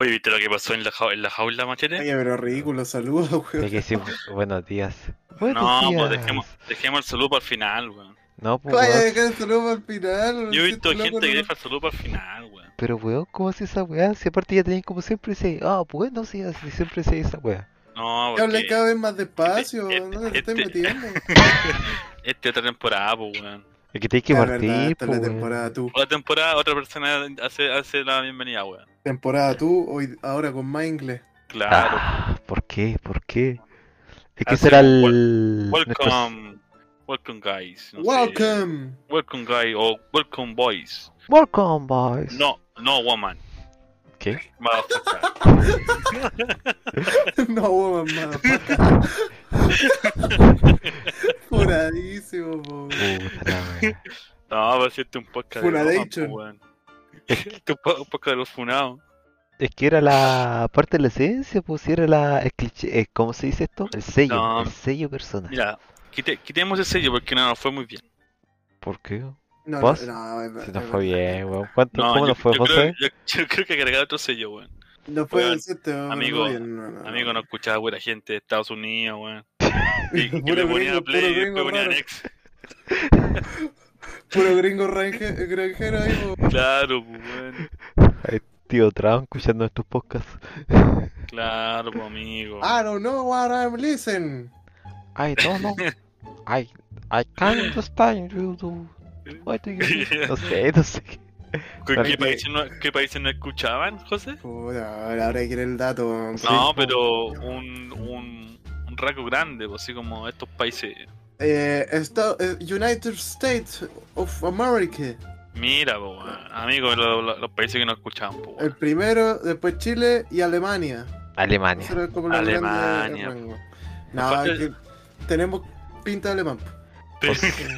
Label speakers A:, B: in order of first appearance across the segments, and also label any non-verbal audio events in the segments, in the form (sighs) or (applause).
A: Oye, ¿viste lo que pasó en la, ja- en la jaula, machete?
B: Oye, pero ridículo, saludos, (laughs)
C: De
B: weón.
C: que sí, bu- buenos días. Buenos
A: No,
C: días.
A: pues dejemos, dejemos el saludo para el final, weón.
C: No, pues,
B: Vaya a
C: weón,
B: dejar el saludo al final.
A: Yo he visto
B: siento loco,
A: gente que
B: no-
A: deja el saludo para el final, weón.
C: pero weón, ¿cómo hace esa weá? Si aparte ya tenían como siempre ese, ah, bueno, sí, así siempre se esa weá.
A: No,
B: Que
A: porque
B: hable cada vez más despacio,
A: Este-
B: no te estés
A: este-
B: metiendo.
A: esta otra temporada, pues, weón.
C: Es (laughs) que tenés que
B: La
C: partir,
B: verdad, esta es la
C: pues, weón.
B: temporada tú.
A: Otra temporada, otra persona hace, hace la bienvenida, weón.
B: Temporada tú, hoy, ahora con más inglés.
A: Claro.
C: Ah, ¿por qué? ¿por qué? Es que
A: Así
C: será
A: como,
C: el... nuestro-
A: Welcome. Welcome, guys. no sé.
B: Welcome. (laughs)
A: Welcome, guys. O welcome, boys.
C: Welcome, boys.
A: No, no, woman.
C: ¿Qué?
A: Motherfucker.
B: (laughs) No, woman, motherfucker. (laughs) Furadísimo, po.
C: Puta la weá.
A: No, va a ser este un podcast de
B: Funadation.
A: broma, po, weón. (laughs) Este un po- un podcast de los funados.
C: Es que era la parte de la esencia, pues si era la... el cliché- eh, ¿Cómo se dice esto? El sello,
A: No.
C: el sello personal.
A: Mira, quite- quitemos ese sello porque no nos fue muy bien.
C: ¿Por qué?
B: No,
C: ¿Vos?
B: No, no,
C: Si
B: no,
C: no fue bien, weón. ¿Cuánto,
A: No,
C: ¿Cómo
A: yo,
C: no fue,
A: yo
C: José?
A: creo, yo- yo creo que agregar otro sello, weón.
B: No fue
A: Weón,
B: decirte, no, no,
A: amigo,
B: no, no, no, no.
A: Amigo, no escuchaba buena gente de Estados Unidos,
C: (laughs)
A: weón. Y, y
B: Puro
A: le ponía
B: gringo,
A: play
B: puro
A: y después
B: gringo
A: ponía
B: raro.
A: next.
B: Puro gringo range- granjero ahí, po.
A: Claro, pues, weón.
C: Tío Trump escuchando estos (laughs) podcasts.
A: Claro, pues, amigo.
B: I don't know Ah, what I'm listening.
C: I don't know. I, I can't understand you. Do. What do you do?
A: (laughs)
C: No sé, no sé.
A: ¿Qué,
C: claro
A: qué
C: que-
A: países no, qué países no escuchaban, José?
B: Puta, ahora ahora quiere el dato. weón.
A: No,
C: pues.
A: pero un, un, un rasgo grande, pues, así como estos países.
B: Eh, esta- eh, United States of America.
A: Mira, pues, weón. Amigo, lo- lo- los países que no escuchaban, pues,
B: El
A: weón.
B: primero, después Chile y Alemania.
C: Alemania.
B: Eso era como lo
A: Alemania.
B: grande, eh, rango. No,
A: Aparte-
B: es que tenemos pinta de alemán.
C: O
A: El,
C: sea,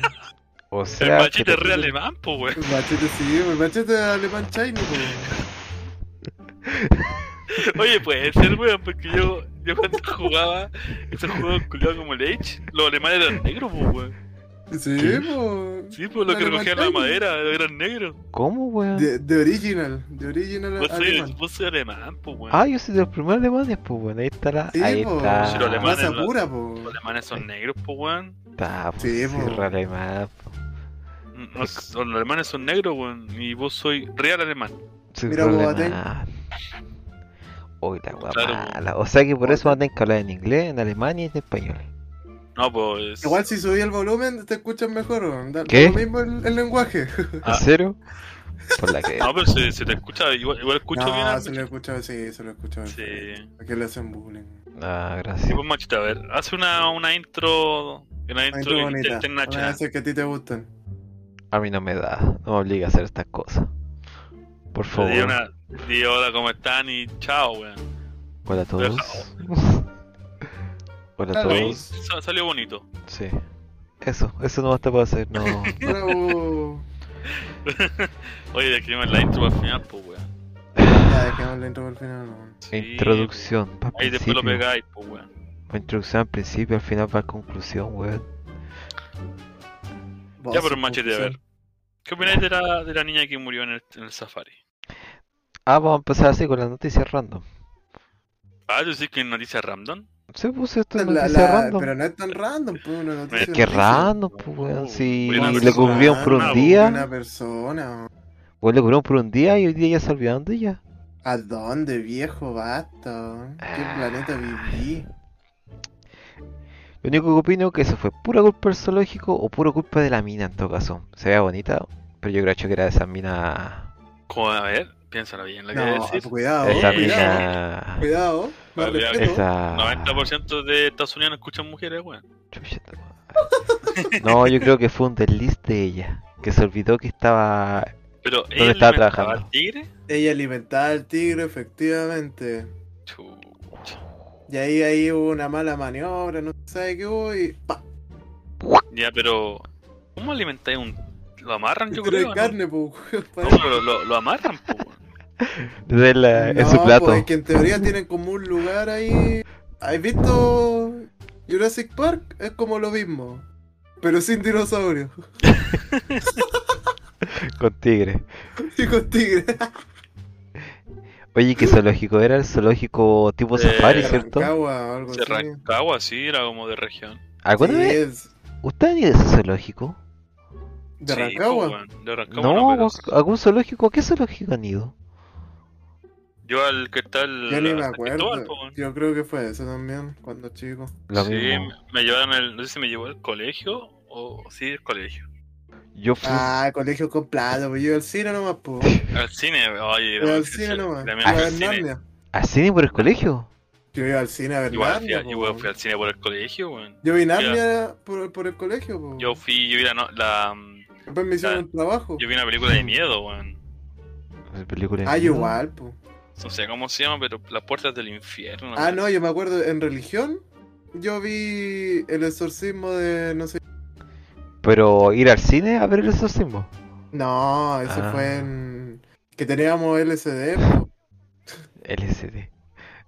C: o sea,
A: machete
C: que-
A: es re alemán, pues, weón.
B: El machete sí, el machete es alemán chino. po.
A: Oye, puede ser, weón, porque yo, yo cuando (laughs) jugaba esos juegos culiados como el Age, los alemanes eran negros, pues, weón.
B: Sí, po.
A: Sí, pues, los que
B: Alemán
A: recogían la
B: chino.
A: madera eran negros.
C: ¿Cómo, weón?
B: De, de original, de original
A: Vos soy,
B: alemán.
A: vos soy alemán, pues, weón.
C: Ah, yo soy de los primeros alemanes, pues, weón. Ahí está la.
B: Sí,
C: ahí
B: po.
C: está.
A: Si los alemanes-
B: Raza
A: lo-
B: pura, po.
A: Los alemanes son negros, pues, weón.
C: Está, pues,
B: Sí,
C: sí,
B: po.
C: re alemán. pues,
A: No,
C: po.
A: los alemanes son negros, weón. Y vos soy real alemán.
C: Soy
B: Mira,
C: re
B: Boateng.
C: alemán. Uy, la weá
A: Claro,
C: mala. O sea que por eso van a
B: Boateng.
C: tener que hablar en inglés, en alemán y en español.
A: No, pues.
B: Igual si subí el volumen te escuchas mejor. weón. Da-
C: ¿Qué?
B: Lo mismo el, el lenguaje.
A: Ah.
C: ¿En serio? Por la que.
A: No, pero se, se te escucha, igual, igual escucho
B: no,
A: bien. al-
B: se lo escuchaba, sí, se lo escuchaba.
A: Sí.
B: Aquí le hacen bullying.
C: Ah,
A: Sí,
C: gracias.
A: pues, machete, a ver. Hace una, una intro. Una
B: Ay,
A: intro
B: tú
A: que
B: bonita.
A: esté
B: Una
A: nacha.
B: de esas que a ti te
A: (laughs)
B: gustan.
C: A mí no me da, no me obliga a hacer estas cosas. Por favor.
A: Di una. Di hola, ¿cómo están? Y chao, weón.
C: Hola a todos. (laughs) Hola a
B: Claro.
A: Oye,
C: todos.
A: sa- Salió bonito. (laughs)
C: Sí. Eso, eso no basta para hacer, no. no.
B: Bravo.
A: Oye, escribimos la intro al final, pues, weón.
B: Ya dejamos la intro al final. weón.
A: (laughs) Sí,
C: Introducción, para
A: Ahí después
C: principio.
A: lo pegáis, pues, weón.
C: Pa' Introducción al principio, al final para conclusión, weón.
A: Ya,
B: Vos,
A: pero machete, a ver. ¿Qué opináis de la, de la niña que murió en el, en el safari?
C: Ah, vamos a empezar así con las noticias random.
A: Ah, tú sí que noticias random.
C: Se puso
B: Esta
C: esto
B: es
C: en
B: la-
C: noticias
B: la-
C: random.
B: Pero no es tan random, pues, una noticia.
A: Es
C: Qué
B: noticia.
C: random, pues, weón. Si
A: Una
C: le
A: persona,
C: cubrieron por un
A: una
C: día,
B: Una persona.
C: weón, le cubrieron por un día y hoy día ya se olvidaron de ella.
B: ¿A dónde, viejo basta? ¿Qué
C: Ah.
B: planeta viví?
C: Lo único que opino es que eso fue pura culpa del zoológico o pura culpa de la mina en todo caso. Se veía bonita, pero yo creo que era de esa mina.
A: Como, a ver, piénsalo bien lo que voy a
B: No,
A: decir.
B: cuidado,
C: Esa
A: eh,
B: cuidado,
C: mina.
B: Ah, oh, cuidado. más
A: Vale, vale.
B: respeto.
C: Esa.
A: 90% de Estados Unidos no escuchan mujeres, weón.
C: Chucha, tu madre. No, yo creo que fue un desliz de ella. Que se olvidó que estaba.
A: Pero ella
C: estaba
A: alimentaba
C: trabajando?
A: al tigre?
B: Ella alimentaba al tigre, efectivamente.
A: Chucha.
B: Y ahí, ahí hubo una mala maniobra, no se sabe qué hubo y ¡pa!
A: Ya, pero. ¿Cómo alimentáis un.? Lo amarran, yo
B: Pero hay
A: creo. ¿no?
B: carne, (laughs) pues.
A: No, pero lo, lo amarran, pues,
B: (laughs)
A: weón.
C: de la- en Eh, su plato.
B: Pues, que en teoría tienen como un lugar ahí. ¿Has visto Jurassic Park? Es como lo mismo, pero sin dinosaurios (laughs)
C: Con tigre. Ah,
B: y con tigre.
C: Oye, ¿qué zoológico era? El zoológico tipo
A: Eh,
C: safari, ¿cierto?
B: Rancagua o algo
A: Se
B: así.
A: arrancaba así, era como de región.
C: ¿Alguna
B: Sí,
C: vez?
B: es
C: ¿Usted ha ido a ese zoológico?
B: de
A: Sí, pues,
B: Rancagua.
A: weón, de Rancagua.
C: No,
A: pero-
C: ¿a ¿algún zoológico? ¿A qué zoológico han ido?
A: Yo al que tal.
B: Yo ni me
A: San Cristóbal, pues,
B: acuerdo.
A: weón.
B: Yo creo que fue eso también, cuando chico.
C: Lo
A: sí,
C: mismo.
A: me llevaron al. No sé si me llevó al colegio o. Sí, el colegio.
C: Yo fui.
B: Ah, colegio con plata, pues yo al cine nomás, pues.
A: Al cine, oye.
B: Yo al
A: weón,
B: cine
A: sí,
B: nomás.
A: la
B: Yo
A: mía
B: iba
A: fue
B: a
A: al
B: ver
A: cine.
B: Narnia.
C: ¿A cine por el colegio?
B: Yo iba al cine a ver
A: Igual fui, a-
B: Narnia. po,
A: igual
B: weón.
A: fui al cine por el colegio, weón.
B: Yo vi Narnia por, por el colegio, po.
A: Yo fui, yo vi la, no- la, mm,
B: Después me hicieron
A: Ah,
B: el trabajo.
A: yo vi una película de miedo, weón.
C: ¿La película de
B: Ah, yo
C: miedo?
B: igual, po.
A: No sé cómo se llama, pero Las Puertas del Infierno.
B: Ah, no, yo me acuerdo, en religión, yo vi el exorcismo de, no sé.
C: Pero ir al cine a ver el exorcismo.
B: No, ese
C: Ah.
B: fue en... Que teníamos LSD, po.
C: LSD.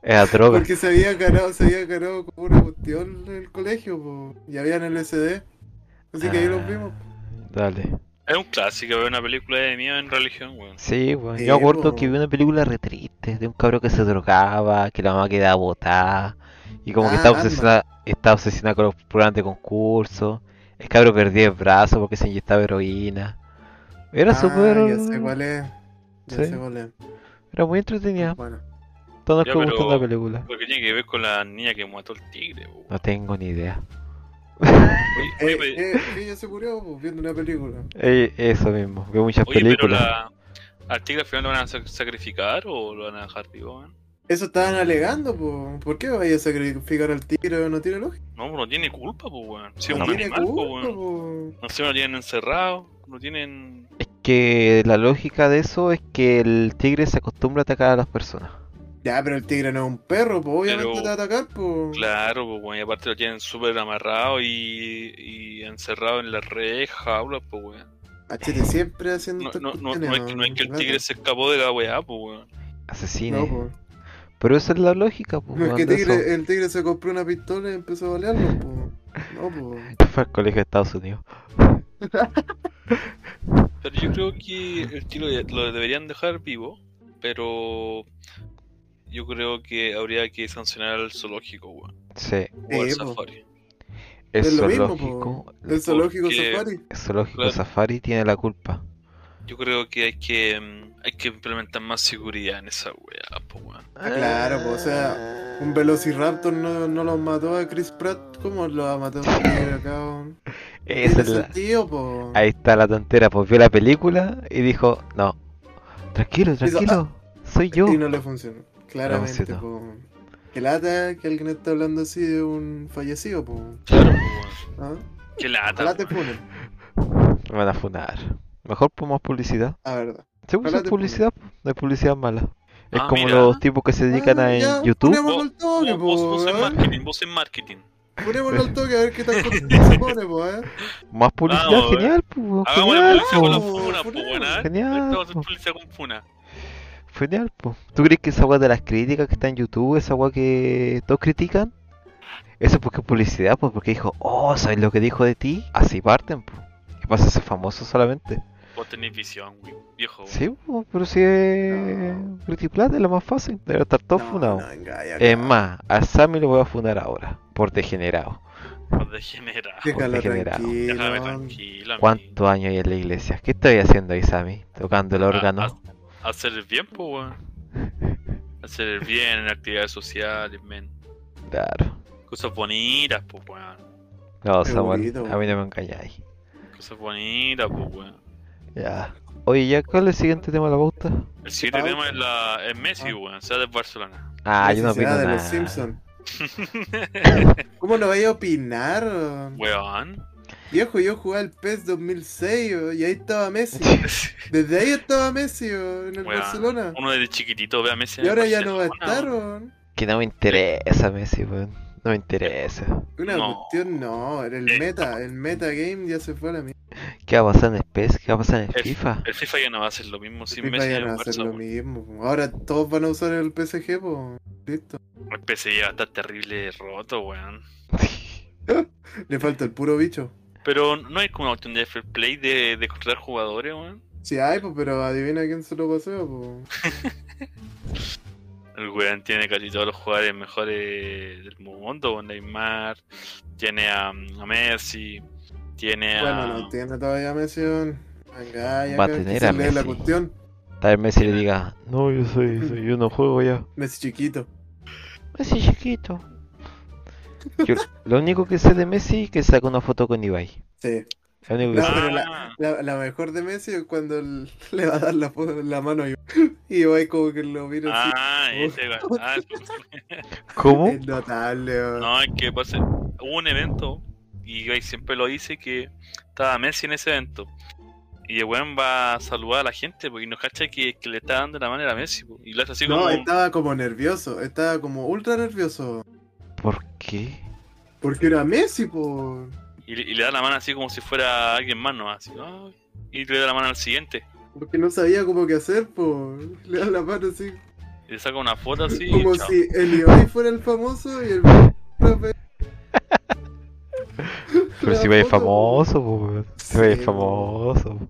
C: Era droga.
B: Porque se había ganado, se había ganado como una cuestión en el colegio, po. Y habían LSD. Así que ahí los
C: Ah,
B: vimos.
C: Dale.
A: Es un clásico ver una película de miedo en religión, weón.
C: Sí, weón.
B: Sí,
C: Yo me acuerdo que
B: po.
C: vi una película re triste de un cabro que se drogaba, que la mamá quedaba botada. Y como que
B: Ah,
C: estaba
B: Ant-Man.
C: obsesionada, estaba obsesionada con los programas de concurso. El cabro perdía el brazo porque se inyectaba heroína. Era
B: ah,
C: súper.
B: Ya sé cuál es. Ya
C: Sí.
B: sé cuál es.
C: Era muy entretenida.
B: Bueno.
C: Todos los
A: Ya,
C: que me gustan
A: pero-
C: la película.
A: Porque tiene que ver con la niña que mató al tigre, weón.
C: No tengo ni idea.
A: Oye,
B: Eh,
A: oye, pe-
B: eh, que ella se murió, po, viendo una película.
C: Eh, eso mismo. Veo muchas
A: oye, pero
C: películas.
A: la. ¿Al tigre al final lo van a sac- sacrificar o lo van a dejar vivo, weón?
B: Eso estaban alegando, po. ¿por qué vaya a sacrificar al tigre? No tiene lógica.
A: No, pues no tiene culpa, pues, weón. Si es
C: No
A: un
B: tiene
A: animal, pues,
B: culpa,
A: weón.
B: po.
A: No sé, no lo tienen encerrado, no tienen.
C: Es que la lógica de eso es que el tigre se acostumbra a atacar a las personas.
B: Ya, pero el tigre no es un perro, po. obviamente
A: Pero-
B: te va a atacar, po.
A: Claro, pues, weón. Y aparte lo tienen súper amarrado y, y encerrado en la reja, jaulas, pues, weón.
B: Achete siempre haciendo
A: No,
B: estas
A: no, no,
B: cuestiones,
A: no es que, no es que el
B: weón.
A: tigre se escapó de la weá, pues, weón.
C: Asesines.
B: No, po.
C: Pero esa es la lógica, pues.
B: No es que
C: weón, de eso.
B: tigre, eh. el tigre se compró una pistola y empezó a balearlo, po. No, po.
C: Fue al colegio de Estados Unidos.
A: Pero yo creo que el tiro de- lo deberían dejar vivo, pero yo creo que habría que sancionar al zoológico, weón.
C: Sí.
A: O al
B: Sí, po.
A: safari.
C: El
B: es lo mismo,
C: zoológico,
B: po. El zoológico
A: Porque-
B: safari.
C: el zoológico
A: Claro.
C: Safari tiene la culpa.
A: Yo creo que hay que mm, hay que implementar más seguridad en esa weá, pues, weón.
B: Ah, claro, po, o sea, Un velociraptor no, no los mató a Chris Pratt. ¿Cómo lo va a matar un tigre acá, weón?
C: Esa es
B: Tiene
C: la-
B: sentido, po.
C: Ahí está la tontera, pues vio la película y dijo, no, tranquilo, tranquilo,
B: "Ah,
C: soy yo.
B: Y no le funcionó. Claramente,
C: No
B: po. Que lata que alguien está hablando así de un fallecido, po.
A: Claro, pues, weón.
B: ¿Ah?
A: Qué lata.
B: Ojalá te
A: weón.
B: funen.
C: Me van a funar. Mejor pongamos publicidad.
B: Ah, verdad.
C: Según
B: Ojalá
C: es
B: te
C: publicidad, po, no hay publicidad mala. Es
A: Ah,
C: como
A: mira.
C: los tipos que se dedican
B: Ah,
C: a en
B: ya,
C: YouTube.
B: Ponémoslo al toque,
A: Vos, Oh, vos- vos
B: po.
A: en
B: ¿eh?
A: marketing, vos en marketing.
B: Ponémoslo al toque a ver
A: (laughs)
B: qué tal contenido se pone, po. ¿eh?
C: Más publicidad,
A: Vamos, eh.
C: genial, po,
A: Hagamos la
C: genial,
A: publicidad con la
B: po.
A: funa, pues, weón. ¿eh?
C: Genial,
A: Estamos
C: po.
A: en publicidad con funa.
C: po, genial, po. ¿Tú crees que esa agua de las críticas que está en YouTube, esa agua que todos critican, eso porque es publicidad, pues porque dijo, oh, ¿sabes lo que dijo de ti? Así parten, po. ¿Qué pasa? Ese famoso solamente.
A: Vos tenés visión, güey, viejo. güey.
C: Sí, po, pero si es
B: No.
C: Pretty Plata es la más fácil, debe estar todo funado.
B: engaña,
C: Es
B: cabrón.
C: más, a Sammy lo voy a funar ahora, por degenerado.
A: Por degenerado.
B: Déjalo
C: degenerado.
A: Déjame
B: tranquilo.
A: tranquila. mi.
C: ¿Cuántos años hay en la iglesia? ¿Qué estoy haciendo ahí, Sammy? ¿Tocando el
A: Ah,
C: órgano?
A: ha- Hacer el bien, po, weón. Hacer el bien en actividades sociales, men.
C: (laughs) Claro.
A: Cosas bonitas, po, weón.
C: No,
B: Qué
C: Samuel,
B: bonito,
C: a
B: weón.
C: mí no me engañáis.
A: Cosas bonitas, po, weón.
C: Ya. Oye, ¿ya cuál es el siguiente tema de la pauta?
A: El siguiente
B: Ah,
A: tema es, la, es Messi,
B: ah.
A: weón. Sea de Barcelona.
C: Ah, yo no opino
B: Necesidad de los
C: nada.
B: Simpsons. ¿Cómo no vaya a opinar? (laughs)
A: Weón. (laughs)
B: Viejo, yo jugaba al PES 2006 oh, y ahí estaba Messi.
C: (laughs)
B: Desde ahí estaba Messi oh, en el
A: Weón.
B: Barcelona.
A: Uno desde chiquitito ve a Messi. en
B: Y ahora
A: el
B: ya no va a
A: Barcelona,
B: estar,
A: weón.
B: weón.
C: (laughs) Que no me interesa, Messi, weón. No me interesa.
B: Una
A: No.
B: cuestión, no. El
A: Eh,
B: meta, el meta game ya se fue a la mierda.
C: ¿Qué va a pasar en el PES? ¿Qué va a pasar en el
A: El-
C: FIFA?
A: El FIFA ya no va a hacer lo mismo sin
B: FIFA
A: Messi
B: ya
A: en
B: no
A: el
B: va a hacer
A: Barça,
B: lo
A: weón.
B: mismo. Ahora todos van a usar el PSG, po. Listo.
A: El PSG ya está terrible roto, weón.
B: Le falta el puro bicho.
A: Pero no hay como una opción de fair play de, de contratar jugadores, weón.
B: Sí hay, po, pero adivina quién se lo pasó, po.
A: El weón tiene casi todos los jugadores mejores del mundo. weón. Neymar, tiene a, a Messi, tiene a.
B: Bueno, no entiende todavía mención. Venga, ya
C: Va a
B: que- que
C: tener
B: se
C: a
B: lee la
C: Messi.
B: cuestión.
C: (laughs) Tal vez Messi le diga, no, yo soy, soy- yo no juego ya.
B: Messi chiquito.
C: Messi chiquito. Yo- lo único que sé de Messi es que saca una foto con Ibai.
B: Sí.
C: Lo único que
B: No,
C: sé.
B: pero la, la- la mejor de Messi es cuando l- (laughs) le va a dar la, fo- la mano a Ibai. Y (laughs) Ibai como que lo mira así.
A: Ah, ese weón.
B: (laughs)
A: Ah,
C: ¿Cómo?
B: Es notable, weón.
A: No, es que pasa- hubo un evento, y yo ahí siempre lo hice, que estaba Messi en ese evento. Y el weón va a saludar a la gente, porque nos cacha que, que le está dando la mano a Messi. po. Y lo hace así
B: No,
A: como...
B: estaba como nervioso, estaba como ultra nervioso.
C: ¿Por qué?
B: (laughs) Porque era Messi, por.
A: Y, le- y le da la mano así como si fuera alguien más, ¿no? Así, "Ay", y le da la mano al siguiente.
B: Porque no sabía cómo qué hacer, por. Le da la mano así.
A: Y le saca una foto así y
B: como
A: chao.
B: si el Ibai fuera el famoso y el. profe-
C: Pero
B: La
C: si Ibai es
B: foto,
C: famoso, po, weón. Si Ibai
B: Sí,
C: es famoso.
B: weón.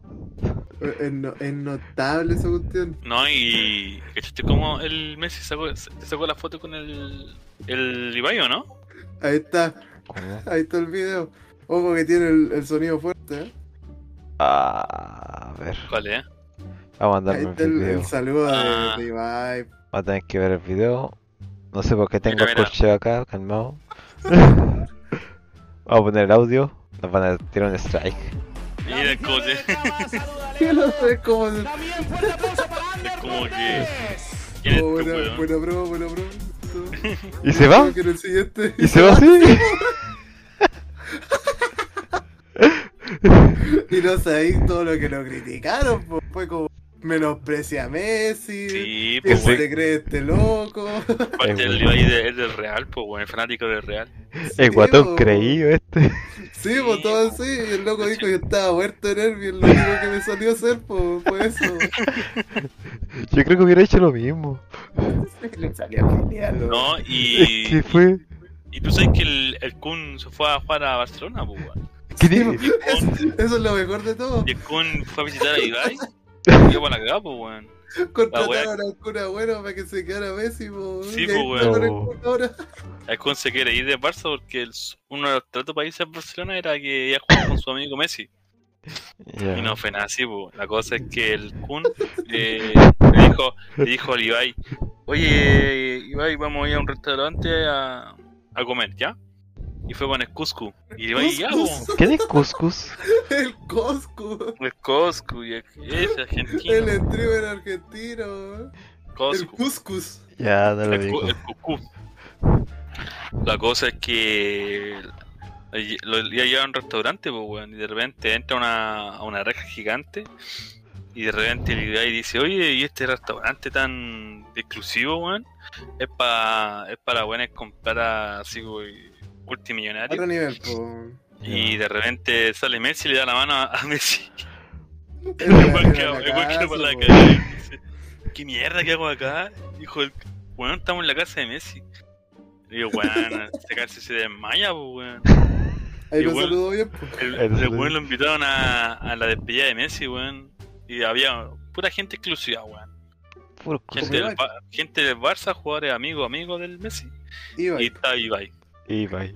B: Es, no- es notable esa cuestión.
A: No, y... ¿Cachaste cómo el Messi sacó, se- sacó la foto con el... El Ibai, ¿o no?
B: Ahí está,
C: ¿Cómo?
B: ahí está el video. Ojo que tiene el, el sonido fuerte, ¿eh?
C: Ah, a ver,
A: ¿Cuál es?
C: va a
B: Ahí
C: mandarme el
B: está el,
C: video.
B: el saludo de-
A: Ah.
B: de, Ibai.
C: Va a tener que ver el video. No sé por qué tengo
A: Mira,
C: el
A: mira.
C: corcheo acá,
A: (laughs)
C: calmado. (laughs) Vamos a poner el audio. Nos van a tirar un strike.
A: Mira cómo se- (laughs)
B: Yo no sé cómo se.
D: También fuerte aplauso para Ander
A: como que-
D: Torres.
A: ¿Quién es
B: Oh,
A: tu
B: buena,
A: weón?
B: buena broma, buena broma.
C: ¿Y se va?
B: Creo que en el siguiente.
C: ¿Y se va así?
B: (laughs) Y no sabéis todo lo que lo criticaron, po. fue como menosprecia a Messi,
A: Sí,
B: que
A: pues,
B: se
A: weón.
B: te cree este loco.
A: Aparte, el Ibai de- es del Real, pues, weón. Es fanático del Real.
B: Sí,
C: El guatón
B: po.
C: creído este.
B: Sí, po, todo así, y el loco dijo yo estaba muerto de nervios, lo único que me salió a hacer po, fue (laughs) eso.
C: Yo creo que hubiera hecho lo mismo.
B: Le salió genial.
A: No, y.
C: (laughs) es que fue.
A: Y, y tú sabes que el, el Kun se fue a jugar a Barcelona, pues, weón.
C: ¿Qué
B: Sí,
C: digo?
B: po, es- eso es lo mejor de todo.
A: Y el Kun fue a visitar a Ibai. Y yo para la cagada, pues, weón.
B: Contrataron a un Agüero para que se quedara Messi, po.
A: Sí,
B: y
A: po,
B: ahí
A: weón.
B: está con el
C: No.
B: Kun ahora. (laughs)
A: El Kun se quiere ir de Barça porque el- uno de los tratos para irse a Barcelona era que iba a jugar con su amigo Messi.
C: Ya.
A: Y no fue nada así, pues. La cosa es que el Kun eh, le, dijo, le dijo al Ibai: Oye, Ibai, vamos a ir a un restaurante a, a comer, ¿ya? Y fue con el Cuscu. Y Ibai, ya, pues.
C: ¿Quién es Cuscus?
B: El Coscu,
A: El Cuscu, y (laughs) el- es argentino.
B: el streamer argentino, el
A: Coscu.
B: Cuscus.
C: Ya, no lo
A: El,
C: digo.
A: cu- el cucú. La cosa es que el- lo ya lleva a un restaurante, pues, weón, y de repente entra una, a una reja gigante y de repente el guy dice, oye, ¿y este restaurante tan exclusivo, weón? Es para es para weones comprar a- así, weón,
B: Otro
A: multimillonarios.
B: nivel, po.
A: (laughs) Y de repente sale Messi y le da la mano a, a Messi.
B: Era-
A: El weón
B: era
A: queda-
B: la
A: el weón queda
B: casa,
A: por la
B: po.
A: calle y dice, ¿Qué mierda que hago acá? Dijo el weón, estamos en la casa de Messi. Y yo, weón, este casi se desmaya, pues, weón.
B: Ahí lo
A: Igual-
B: saludó bien, po. (laughs)
A: El,
C: Ahí lo
A: el
C: saludó.
A: weón lo invitaron a, a la despedida de Messi, weón. Y había pura gente exclusiva, weón.
C: (laughs) Puro Cuscus.
A: Gente del,
B: Ibai.
A: Ba- gente del Barça, jugadores amigos, amigos del Messi.
B: Iba.
A: Y está Ibai.
C: Y bye.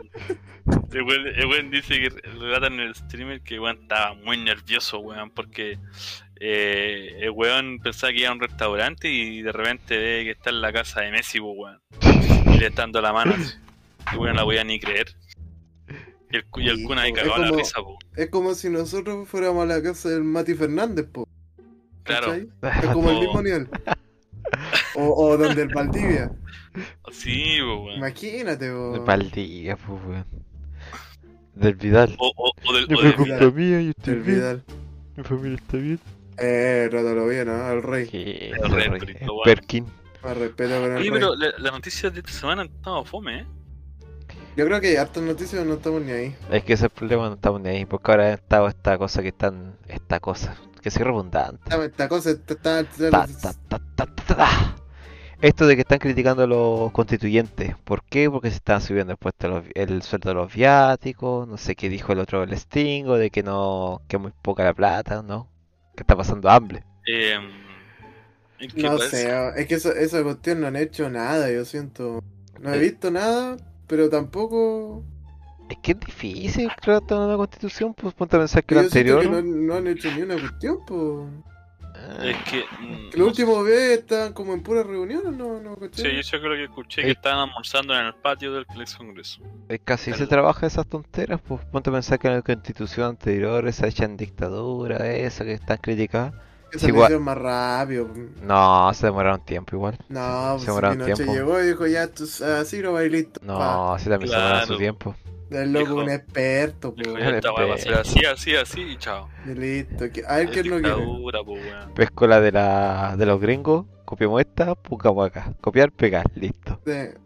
A: El weón, el weón dice que relata en el streamer que weón estaba muy nervioso, weón, porque eh, el weón pensaba que iba a un restaurante y de repente ve que está en la casa de Messi, pues, weón. Y le está dando la mano. así. Y weón, no la voy a ni creer. Y el, cu- y el
B: Sí,
A: Kun ahí
B: po, es
A: cagado la
B: como-
A: risa, po.
B: Es como si nosotros fuéramos a la casa del Mati Fernández, po.
A: Claro,
B: ¿cachai? Es como el
C: (laughs)
A: No.
B: mismo nivel. O, o donde el Valdivia.
A: sí, po, weón.
B: Imagínate, po.
C: De Valdivia, pues, weón. Del Vidal.
A: O, o- o del,
C: Yo
A: o del-
C: me culpa
B: Vidal.
C: mía, yo estoy
B: El
C: bien.
B: Vidal.
C: Mi familia está bien.
B: Eh, trátalo bien, ¿no? Al rey.
C: Que
A: El
C: se
A: Red
C: ríe.
A: Bull, weón.
C: eh. Perkin.
B: Más respeto con el
A: Oye,
B: rey.
A: pero la- las noticias de esta semana han estado fome, ¿eh?
B: Yo creo que hartas noticias no estamos ni ahí.
C: Es que ese es el problema, no estamos ni ahí. Porque ahora ha estado esta cosa que están. Esta cosa. Que soy redundante.
B: Esta, esta cosa está... está- está-
C: Ta, ta, ta, ta, ta, ta, ta. Esto de que están criticando a los constituyentes. ¿Por qué? Porque se están subiendo el, puesto de los- el sueldo de los viáticos. No sé qué dijo el otro, el Stingo, de que no. que es muy poca la plata, ¿no? Que está pasando hambre.
A: Eh, Em, ¿En qué
B: No
A: pasa?
B: sé, es que eso, esa cuestión no han hecho nada, yo siento. No
C: Eh.
B: he visto nada, pero tampoco.
C: Es que es difícil crear toda una nueva constitución, pues ponte a pensar que la
B: yo siento
C: anterior.
B: que no, no han hecho ni una cuestión, pues.
C: Ah,
A: Es que. mm,
B: Que la
A: no
B: última vez estaban como en puras reuniones, no, no,
A: sé.
B: ¿cachai?
A: Sí, yo creo que escuché
C: Sí.
A: que estaban almorzando en el patio del ex Congreso.
C: es que así se
A: Al-
C: trabaja esas tonteras, pues ponte a pensar que en la constitución anterior se echan dictadura, esa que están criticadas.
B: Esa
C: sí,
B: la
C: igual-
B: hicieron más rápido. po.
C: No, se demoraron tiempo igual.
B: No,
C: Se
B: pues
C: demoraron
B: Pinochet
C: tiempo.
B: llegó y dijo, ya, tú, así no vais listo. pa.
C: No, sí también se demoraron su
A: Ah, Claro.
C: tiempo.
B: El loco
A: Dijo-
B: un experto, po.
A: Dijo,
C: Al
A: ya esta weá va a ser así, así, así y chao.
B: Y listo. que- A él
A: Es
B: que no quiere.
A: dictadura, po, weón.
C: Pesco Pues la de, la de los gringos, copiamos esta, buscamos acá. Copiar, pegar, listo.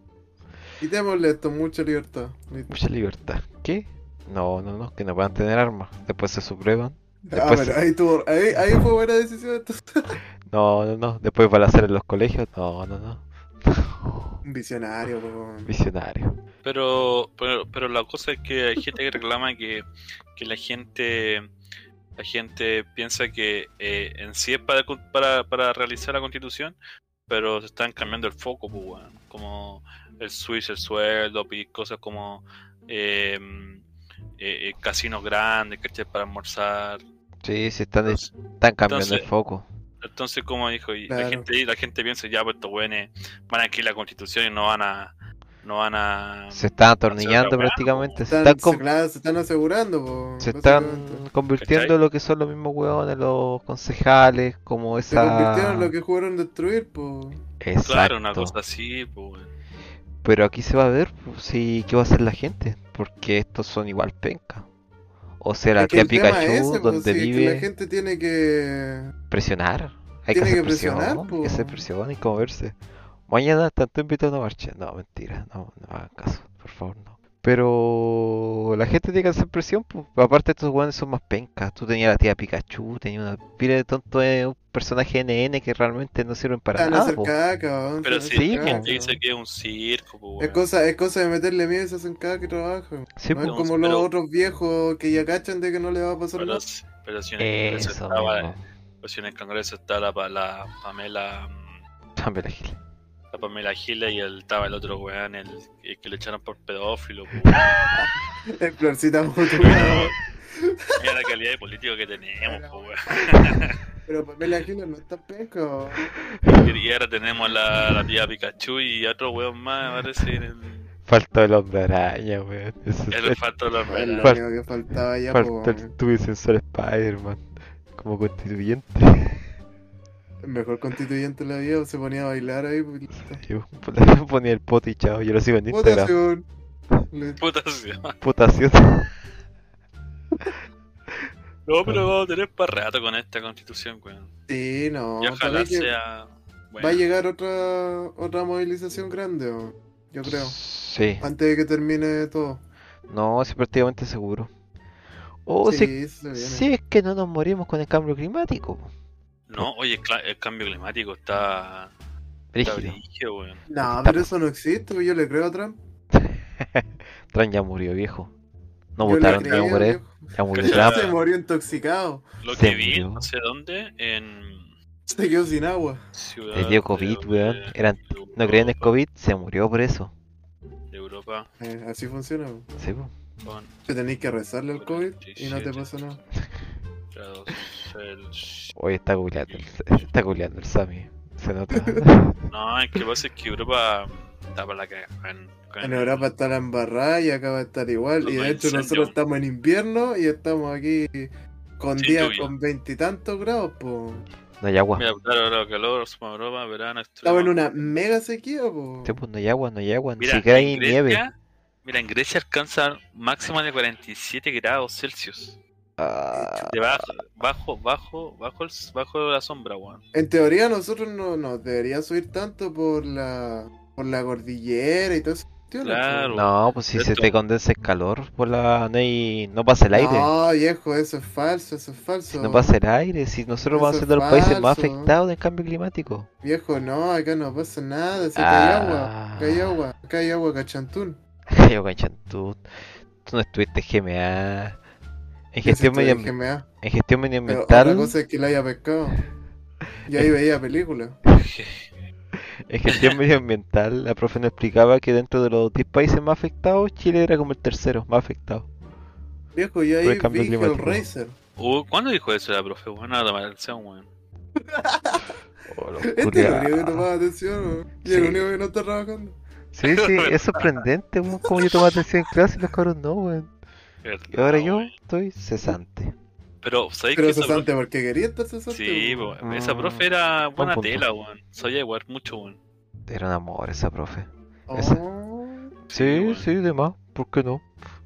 B: Sí. Quitémosle esto, mucha libertad. Listo.
C: Mucha libertad. ¿Qué? No, no, no, que no van a tener armas. Después se suprueban.
B: Ah,
C: Después-
B: pero ahí tuvo, ahí, ahí fue buena decisión entonces.
C: No, no, no. Después van a hacer en los colegios. No, no, no. (laughs)
B: Un visionario, po.
C: Visionario.
A: Pero, pero, pero la cosa es que hay gente que reclama que, que la gente la gente piensa que eh, en sí es para, cu- para, para realizar la constitución, pero se están cambiando el foco, pues, weón. como el switch, el sueldo, y cosas como eh, eh, eh, casinos grandes, ¿cachai? Para almorzar.
C: Sí, sí, están,
A: Entonces,
C: están cambiando el
A: entonces-
C: foco.
A: entonces, como dijo, y
B: Claro.
A: la gente la gente piensa, ya, pues estos weones van a aquí la constitución y no van a... No van a...
C: Se están
A: otra
C: atornillando
A: weá,
C: prácticamente. Se
B: Están,
C: están, com-
B: se, claro, se están asegurando, po,
C: se están
B: básicamente.
C: convirtiendo en lo que son los mismos hueones, los concejales, como
B: Se
C: esa...
B: convirtieron en lo que jugaron destruir, po.
C: Exacto.
A: Claro, una cosa así, pues. weón.
C: Pero aquí se va a ver pues, si qué va a hacer la gente, porque estos son igual penca. O sea, la
B: Es que
C: tía
B: el tema es
C: Pikachu,
B: ese, po,
C: donde
B: sí, que
C: vive,
B: la gente tiene que.
C: presionar. Hay que
B: tiene
C: hacer
B: que presionar,
C: presión, hay que hacer
B: po.
C: presión y moverse. Mañana tanto invito a una marcha. No, mentira, no, no hagan caso, por favor, no. Pero la gente tiene que hacer presión, pues. Aparte estos guanes son más pencas. Tú tenías la tía Pikachu, tenías una pila de tonto, eh, un personaje NN que realmente no sirven para
B: Van a
C: nada,
B: hacer
C: po.
B: caca, po,
A: Pero
B: van a
A: si
B: hacer
C: sí,
A: la
B: caca.
A: gente dice que es un circo, pues,
B: Es cosa, es cosa de meterle miedo a esas en cada que trabajan.
C: Sí,
B: no
C: po.
B: es
A: pues,
B: como los
A: pero-
B: otros viejos que ya cachan de que no le va a pasar
A: pero,
B: nada. (laughs)
A: si- pero si en el Congreso
C: Eso
A: estaba,
C: mismo.
A: pero si en el Congreso está la, pa- la Pamela mm,
C: Dame la gil.
A: la Pamela Giles y el, estaba el otro weón, el, el que le echaron por pedófilo, pues,
B: (laughs)
A: weón.
B: Es
A: (laughs)
B: florcita
A: Pero-
B: motuda.
A: Mira la calidad de político que tenemos, pues, weón.
B: Pero Pamela Giles no está pesco.
A: Y ahora tenemos la, la tía Pikachu y otro weón más, me parece, en el,
C: (laughs) Faltó el hombre araña, weón. Eso es-
A: el olfato de la
B: Es lo
A: rueda.
C: Fal-
B: único que faltaba ya, po.
C: Faltó el tubi sensor Spider-Man como constituyente.
B: El mejor constituyente de la vida se ponía a bailar ahí. po, y listo.
C: (laughs) Yo le ponía el poto y chao, yo lo sigo en Instagram.
B: Votación. Le-
A: Puta, sí. No,
C: Votación.
A: pero vamos a tener para rato con esta constitución, weón.
B: Sí, no.
A: Y ojalá
B: también que
A: sea. bueno,
B: Va a llegar otra otra movilización grande, ¿o? yo (laughs) creo.
C: Sí,
B: Antes de que termine todo.
C: no, sí, prácticamente seguro. O si,
B: se viene.
C: si es que no nos morimos con el cambio climático, po.
A: No, oye, cla- el cambio climático está. Está
C: brígido.
A: brígido, weón.
B: No, pero eso no existe, pues, yo le creo a Trump.
C: Tran ya murió, viejo.
B: Yo
C: No
B: le
C: votaron,
B: creo,
C: ya murió,
B: viejo.
C: ya murió
A: Cacha-
C: Trump.
B: Se murió intoxicado. (laughs)
A: Lo
C: Se
A: que vi,
C: murió.
A: no sé dónde, en
B: Se quedó sin agua.
A: Ciudad.
C: Le dio COVID,
A: de-
C: weón.
A: de
C: Eran-
A: Europa-
C: No creen en el COVID, se murió por eso.
A: De Europa,
B: Eh, así funciona. po.
C: Sí, po.
A: con
B: Te tenés que rezarle al COVID y no te pasa nada.
A: grados Celsius.
C: Hoy está googleando, el- está googleando el Sami.
A: (laughs)
C: Se nota.
A: No, es que pasa es que Europa está para la cagada. En,
B: En Europa está la embarrada y acá va a estar igual. Y
A: Los
B: de hecho
A: incendios.
B: nosotros estamos en invierno y estamos aquí con
A: Sin
B: días
A: lluvia.
B: con veintitantos grados, po.
C: No hay agua.
A: Mira, claro, ahora calor, suma Europa, verano, extremo.
B: Estamos en una mega sequía, po.
C: Sí, pues, no hay agua, no hay agua, ni
A: Mira,
C: siquiera
A: en
C: hay nieve.
A: Grecia- Mira, en Grecia alcanza máxima de 47 grados Celsius.
C: Ah,
A: De bajo, bajo, bajo, bajo, el- bajo la sombra, weón.
B: En teoría nosotros no nos debería subir tanto por la por la cordillera y todo eso.
A: Claro.
C: no, pues si se
A: Esto-
C: te condensa el calor, por la... no, hay... no pasa el aire.
B: No, viejo, eso es falso, eso es
C: Si
B: falso.
C: no pasa el aire, si nosotros vamos
B: Eso es
C: siendo los países más
B: falso.
C: afectados del cambio climático. (laughs)
B: Viejo, no, acá no pasa nada, si acá hay agua,
C: Ah.
B: acá hay agua, acá hay agua cachantún.
C: Yo, Ganchan, tú, tú no estuviste GMA. En
B: Yo sí
C: gestión,
B: estuve
C: medio...
B: en GMA,
C: en gestión
B: pero otra
C: medioambiental,
B: cosa es que la haya pescado. Y ahí veía películas. (laughs)
C: En gestión medioambiental, la profe nos explicaba que dentro de los 10 países más afectados, Chile era como el tercero más afectado.
B: Viejo, y ahí
C: Por el cambio
B: vi
C: climático.
B: Hellraiser.
A: Uh, ¿Cuándo dijo eso la profe? Bueno, a la maldición, weón.
C: Oh, los
B: Este es el
C: culiados.
B: único que tomaba atención, weón. Y
C: Sí.
B: el único que no está trabajando.
C: Sí, sí, es sorprendente, weón, como yo tomo atención en clase y los cabros no, weón. Y ahora yo estoy cesante.
A: Pero, ¿sabéis que
B: Pero
A: esa profe...
B: cesante, porque quería estar cesante.
A: Sí,
B: weón.
A: po, esa
C: Mm.
A: profe era buena
C: punto.
A: tela, weón. Soy igual mucho, weón.
C: Era un amor esa profe. esa-
B: Oh,
C: Sí,
A: weón.
C: sí, de más. ¿Por qué no?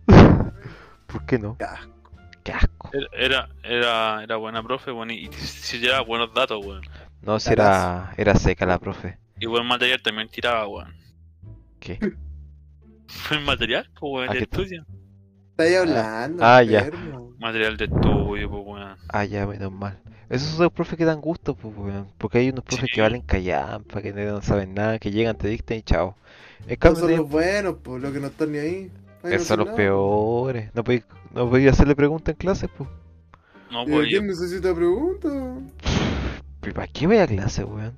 C: (laughs) ¿Por qué no?
B: qué asco.
C: Qué asco.
A: Era, era, era, era buena profe, weón. Y, y si tiraba buenos datos, weón.
C: No, si era, era seca la profe.
A: Y buen material también tiraba, weón. (laughs)
C: ¿Qué?
A: Buen material, pues, weón,
C: Ah,
A: de
C: ¿qué tal?
A: estudio.
B: Está ahí hablando.
C: Ah, ya.
B: enfermo.
A: Material de estudio, pues, weón.
C: Ah, ya, menos mal. Esos son los profes que dan gusto, pues, weón. Porque hay unos profes
A: Sí.
C: que valen callampa, que no saben nada, que llegan, te dictan y chao. En
B: Esos
C: cambio,
B: son
C: de-
B: los buenos, pues, los que no están ni ahí. Ahí no
C: esos son
B: hacen
C: los
B: nada.
C: peores. No podéis no podéis hacerle preguntas en clases, pues.
A: No,
B: ¿Y
A: pues, yo-
B: quién necesita preguntas?
C: ¿Y para qué voy a clase, weón?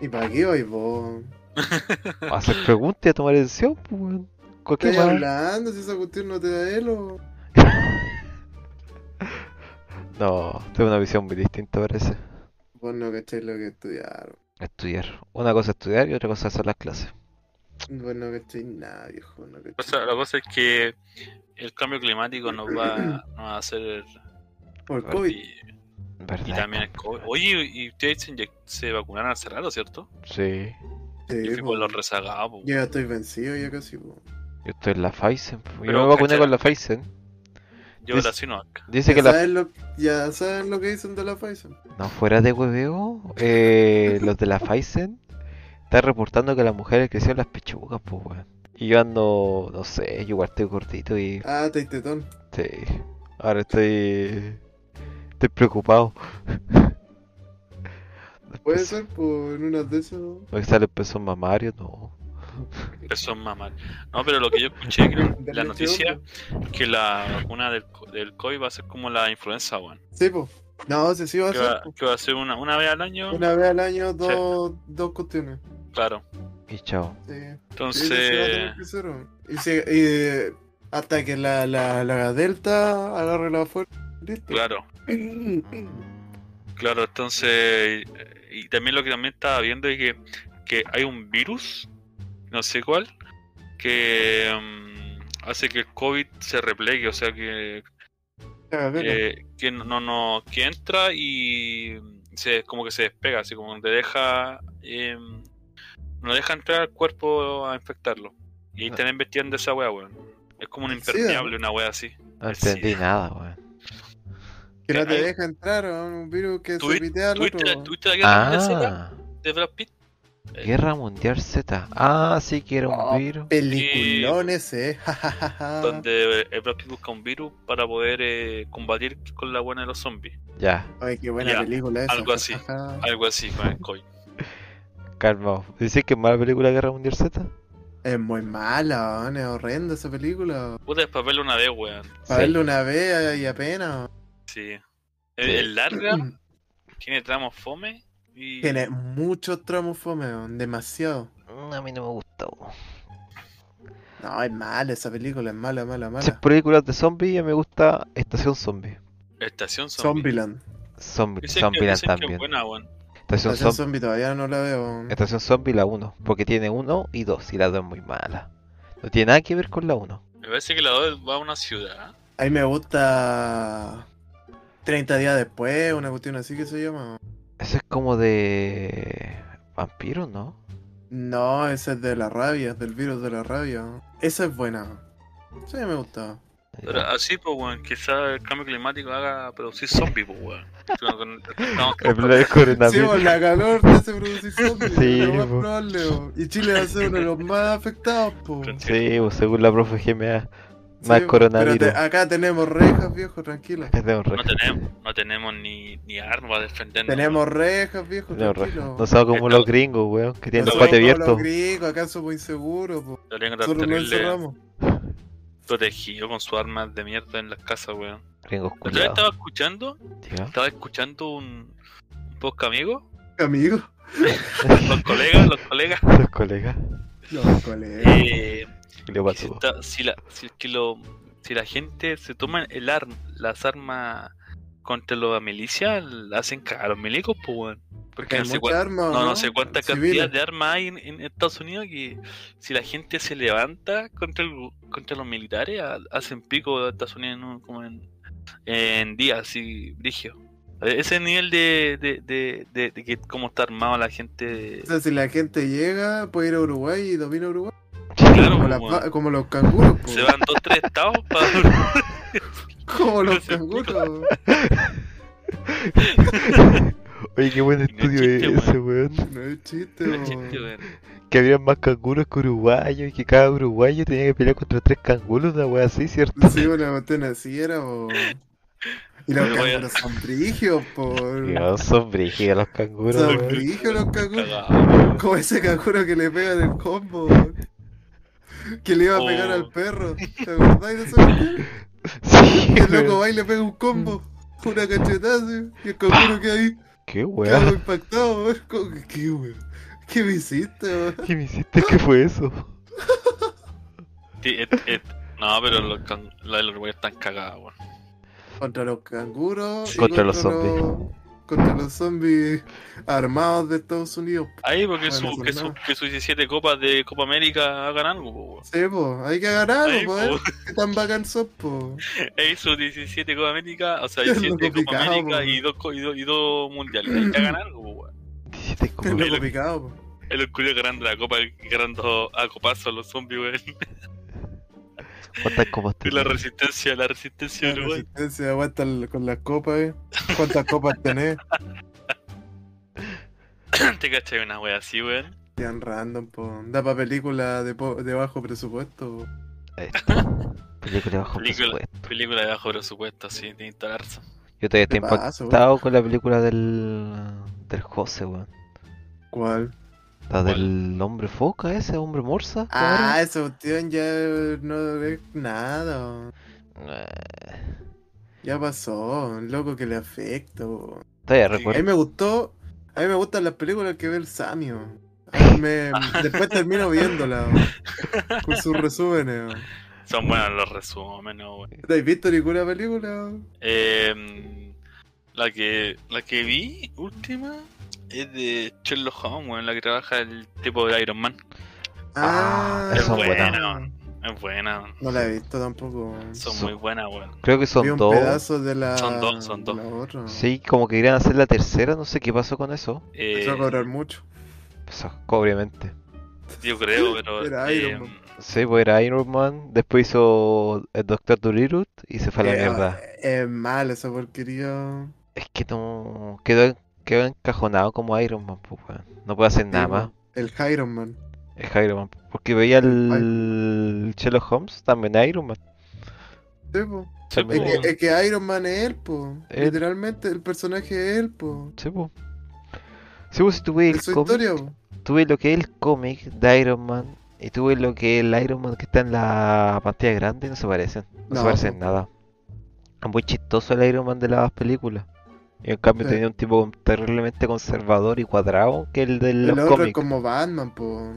B: ¿Y para qué vais vos?
C: A hacer preguntas y a tomar decisión, pues, weón. Cualquier
B: Estás
C: weá.
B: hablando si esa cuestión no te da elo.
C: (laughs) No, tengo una visión muy distinta, parece.
B: Vos no cacháis lo que estudiaron.
C: Estudiar. Una cosa es estudiar y otra cosa es hacer las clases.
B: Vos no cacháis nada, viejo. No
A: o
B: cacháis.
A: sea, Pues, la cosa es que el cambio climático nos va, nos va a hacer.
B: Por
C: a ver,
B: COVID.
A: Y,
C: ¿Verdad?
A: y también el COVID. Oye, y ustedes se, inyec- se vacunaron hace rato, ¿cierto?
C: Sí.
B: Sí,
A: Yo fui
B: po.
A: con los rezagados, pues,
B: Yo ya estoy vencido, ya casi. po.
C: Yo estoy en la Pfizer. pues. Yo
A: Pero,
C: me vacuné
A: cacha-
C: con la Pfizer.
A: Yo
B: pues
A: la Sinovac.
C: Dice
B: Ya
C: que la
B: saben lo, ya saben lo que dicen de la Pfizer.
C: No, fuera de hueveo, eh, los de la Pfizer están reportando que las mujeres crecieron las pechugas, pues, weón. Y yo ando, no sé, yo igual estoy cortito y.
B: Ah, teitetón.
C: sí, ahora estoy. Estoy preocupado.
B: Puede
C: Pues,
B: ser, pues, en unas de esas.
C: ¿Me sale el peso mamario? No.
A: Eso es mamar. No, pero lo que yo escuché
B: (laughs)
A: creo, en la
B: Dale,
A: noticia
B: chavo.
A: que la vacuna del, co- del COVID va a ser como la influenza, weón.
B: Sí, pues. No, sí, sí va a
A: Que va,
B: ser. po.
A: que va a ser una, una vez al año,
B: Una vez al año, dos, dos cuestiones.
A: claro.
C: Y chao.
B: Sí. Sí, sí, sí, va a
A: Entonces,
B: tener que ser, ¿no? Y, si- y, eh, hasta que la, la, la Delta agarre la fuerza. Listo. (clears throat)
A: claro. Claro, entonces, y, y también lo que también estaba viendo es que, que hay un virus, no sé cuál, que mm, hace que el COVID se replegue, o sea, que,
B: Cagadero.
A: que, que no, no, que entra y se, como que se despega, así como te deja, eh, no deja entrar al cuerpo a infectarlo. Y ahí están investigando esa wea, weón. Es como un
B: El SIDA,
A: impermeable, una wea así.
C: No entendí
A: Sí.
C: nada, weón.
B: que no te
A: hay-
B: deja entrar a un virus que se
A: Tuviste-
B: pitea al
A: ¿Tuviste
B: otro.
A: la- tuviste la guerra mundial Z
C: Ah,
A: de Brad Pitt?
C: Guerra Mundial Z. Ah, sí que era
B: Oh,
C: un virus.
B: Peliculón ese, eh. (laughs) ja, ja, ja, ja.
A: donde el Brad Pitt busca un virus para poder eh, combatir con la buena de los zombies.
C: Ya.
B: Ay, qué buena
A: Ya,
B: película esa.
A: algo así.
B: ja, ja, ja.
A: Algo así con el COVID.
C: Calmao. ¿Dices que es mala película Guerra Mundial Z?
B: Es muy mala, weón, es horrenda esa película.
A: Puta, es para verlo una vez, weón.
B: Para verlo una vez y apenas.
A: Sí. Es, es larga, tiene tramos fome y...
B: Tiene muchos tramos fome, weón, demasiado.
C: Mm, A mí no me gustó.
B: No, es mala esa película, es mala, mala,
C: Esas
B: mala.
C: películas de zombies ya me gusta Estación Zombie.
A: Estación Zombie.
B: Zombieland.
C: Zombie,
A: Dicen que,
C: Zombieland
A: dicen que es
C: también.
A: buena, weón.
C: Estación,
B: Estación
C: Zom-
B: Zombie todavía no la veo. weón.
C: Estación Zombie la 1, porque tiene 1 y 2 y la 2 es muy mala. No tiene nada que ver con la 1.
A: Me parece que la 2 va a una ciudad.
B: A mí me gusta 30 días después, una cuestión así que se llama.
C: Eso es como de vampiros, ¿no?
B: No, esa es de la rabia, es del virus de la rabia. Esa es buena. Sí, me gusta.
A: Pero así, pues, weón, quizás el cambio climático haga producir zombies, pues, weón. Con- con-
C: (laughs)
A: estamos-
C: El plan del
B: Sí,
C: coronavirus.
B: por la calor te hace producir
C: (laughs)
B: zombies,
C: Sí,
B: es lo más
C: po.
B: probable, po. Y Chile va a ser uno de los más afectados, po.
A: Con-
C: Sí, pues, según la profe GMA. Más
B: Sí, po.
C: coronavirus.
B: Pero te- acá tenemos rejas, viejo, tranquilo.
C: Es de un
A: No
C: reja.
A: tenemos, no tenemos ni, ni armas para defendernos.
B: Tenemos rejas, viejo,
C: de un reja.
B: tranquilo.
C: No somos como
A: Estamos-
C: los gringos, weón, que tienen
B: No
C: los
B: somos
C: cuates
B: como los
C: abiertos.
B: gringos, acá somos inseguros, po.
A: Lo tengo tan
B: Nosotros no
A: terrible
B: encerramos.
A: protegido con sus armas de mierda en las casas, weón.
C: (laughs) Gringos
A: La otra vez
C: culiados.
A: estaba escuchando,
C: tío.
A: estaba escuchando un, un podcast amigo
B: Amigo.
A: (laughs) Los colegas, los colegas.
C: Los colegas.
B: No, colega.
A: Eh,
C: Cleopatra.
A: si, está- si la, si, es que lo- si la gente se toma el arm, las armas contra la milicia, la hacen cagar a los milicos, pues, weón. Porque
B: Hay
A: no sé,
B: mucha
A: cuántas
B: arma,
A: no, no sé cuánta
B: Civiles.
A: cantidad de armas hay en, en Estados Unidos que si la gente se levanta contra el- contra los militares, ha- hacen pico a Estados Unidos en, un- como en, en días, así, brigio. E, Ese nivel de, de, de, de- de que cómo está armada la gente.
B: O sea, si la gente llega, puede ir a Uruguay y domina Uruguay.
A: Claro,
B: Como, las
A: weón.
B: va- como los canguros, po.
A: Se van dos, tres estados para.
B: (laughs) Como los
A: (laughs) Se pica.
B: canguros.
C: (laughs) Oye, qué buen
A: es
C: estudio
A: chiste,
C: ese, weón.
B: No es chiste, po.
A: Chiste, weón.
C: Que habrían más canguros que uruguayos y que cada uruguayo tenía que pelear contra tres canguros, una wea así, ¿cierto?
B: Sí, una cuestión así era, po. Y los
A: Me voy a-
B: canguros son brigios, po.
C: Dios, son brígidos los canguros,
B: Son
C: weón.
B: brigios los canguros.
A: Cagado.
B: Como ese canguro que le pega en el combo, weón. Que le iba a pegar
A: Oh.
B: al perro. ¿Te acordás de eso?
A: (laughs)
C: Sí,
B: Que (laughs) el
C: weón.
B: loco va y le pega un combo. Una cachetada, sí, Y el canguro queda ahí.
C: Qué
B: Quedó
C: weón.
B: impactado, weón. Como que, ¿Qué, weón? ¿Qué me hiciste, weón?
C: (laughs) ¿Qué me hiciste? ¿Qué fue eso?
A: Sí, et- et- No, pero los, can... la- los uruguayos están cagados, weón.
B: Contra los canguros. y
C: Contra los zombies.
B: los- Contra los zombies armados de Estados Unidos.
A: Ahí porque
B: Bueno,
A: su,
B: pues
A: que,
B: nada.
A: su, que sus 17 copas de Copa América hagan algo, po, weón.
B: Sí, po, hay que ganar,
A: Ahí,
B: po,
A: po.
B: eh. Qué tan bacán sos, po.
A: Ahí sus 17 Copa América, o sea,
B: (laughs) Es lo
A: 17 Copa
B: complicado,
A: América
B: weón.
A: y dos, co- y, dos, y dos mundiales. Ahí que hagan algo, po, weón.
C: Dijiste
B: Qué
C: como...
B: loco picado, po.
A: El culo ganando la copa, ganando a copazos a los zombies, weón. (laughs)
C: ¿Cuántas copas
A: Y la
C: tenés?
A: resistencia, la resistencia
B: La
A: uruguaya.
B: resistencia aguanta el- con las copas, eh. ¿Cuántas copas tenés?
A: Te cachai una wea así, weón.
B: Sean random, po. Da pa' película de, po- de bajo presupuesto, po.
C: Ahí está. Película bajo
A: Película.
C: presupuesto.
A: Película de bajo presupuesto, sí, tiene que la razón.
C: Yo todavía estoy
B: ¿Qué pasa,
C: impactado con la película del... del José, weón.
B: ¿Cuál?
C: La
A: ¿Cuál?
C: del hombre foca ese, hombre morsa.
B: Ah, esa cuestión ya eh, no es nada.
C: cabrón. Eh,
B: Ya pasó, un loco que le afecta, po.
A: Sí.
C: Todavía
B: A mí
C: recuerdo.
B: me gustó. A mí me gustan las películas que ve el Samio. A
A: (laughs)
B: mí me- después termino viéndola po, con sus resúmenes. po.
A: Son buenos los resúmenes, weón.
B: ¿No has visto ninguna película?
A: Eh, la que la que vi última es de Sherlock Holmes, weón, la que trabaja el tipo de Iron Man.
C: Ah,
A: es
C: son buenas.
A: buena. Es buena, weón.
B: No la he visto tampoco.
A: son
C: Son-
A: muy buenas, weón.
C: Creo que
B: Vi
C: son
B: un
C: dos.
B: pedazo de la.
A: Son dos, son dos.
B: de la otra.
C: Sí, como que irían a hacer la tercera, no sé qué pasó con eso.
A: Eh,
B: Empezó a cobrar mucho.
C: Eso, obviamente.
A: yo creo, pero
B: Era
A: eh,
B: Iron Man.
C: Sí, pues era Iron Man, después hizo el Doctor Dolittle y se fue a la
B: Eh,
C: mierda.
B: eh, Es mal esa porquería.
C: Es que no... Quedó, quedó encajonado como Iron Man, pues, weón. No puede hacer nada
B: Sí, pues.
C: más.
B: El Iron Man.
C: Es Iron Man. Porque veía el Sherlock Holmes, también Iron Man.
B: Sí, po.
A: Sí,
B: Es
A: pues,
C: También.
B: que, es que Iron Man es él, po.
C: Él.
B: Literalmente, el personaje es él, po.
C: Sí, pues. Sí, pues, si tú ves
B: Es
C: el
B: su
C: cómic,
B: historia, po.
C: tuve lo que es el cómic de Iron Man y tuve lo que es el Iron Man que está en la pantalla grande y no se parecen. No, se
B: No,
C: parecen en
B: po.
C: nada. Es muy chistoso el Iron Man de las películas. Y en cambio
B: Sí.
C: tenía un tipo con- terriblemente conservador y cuadrado que el de
B: El
C: los
B: otro es
C: cómics.
B: como Batman, po.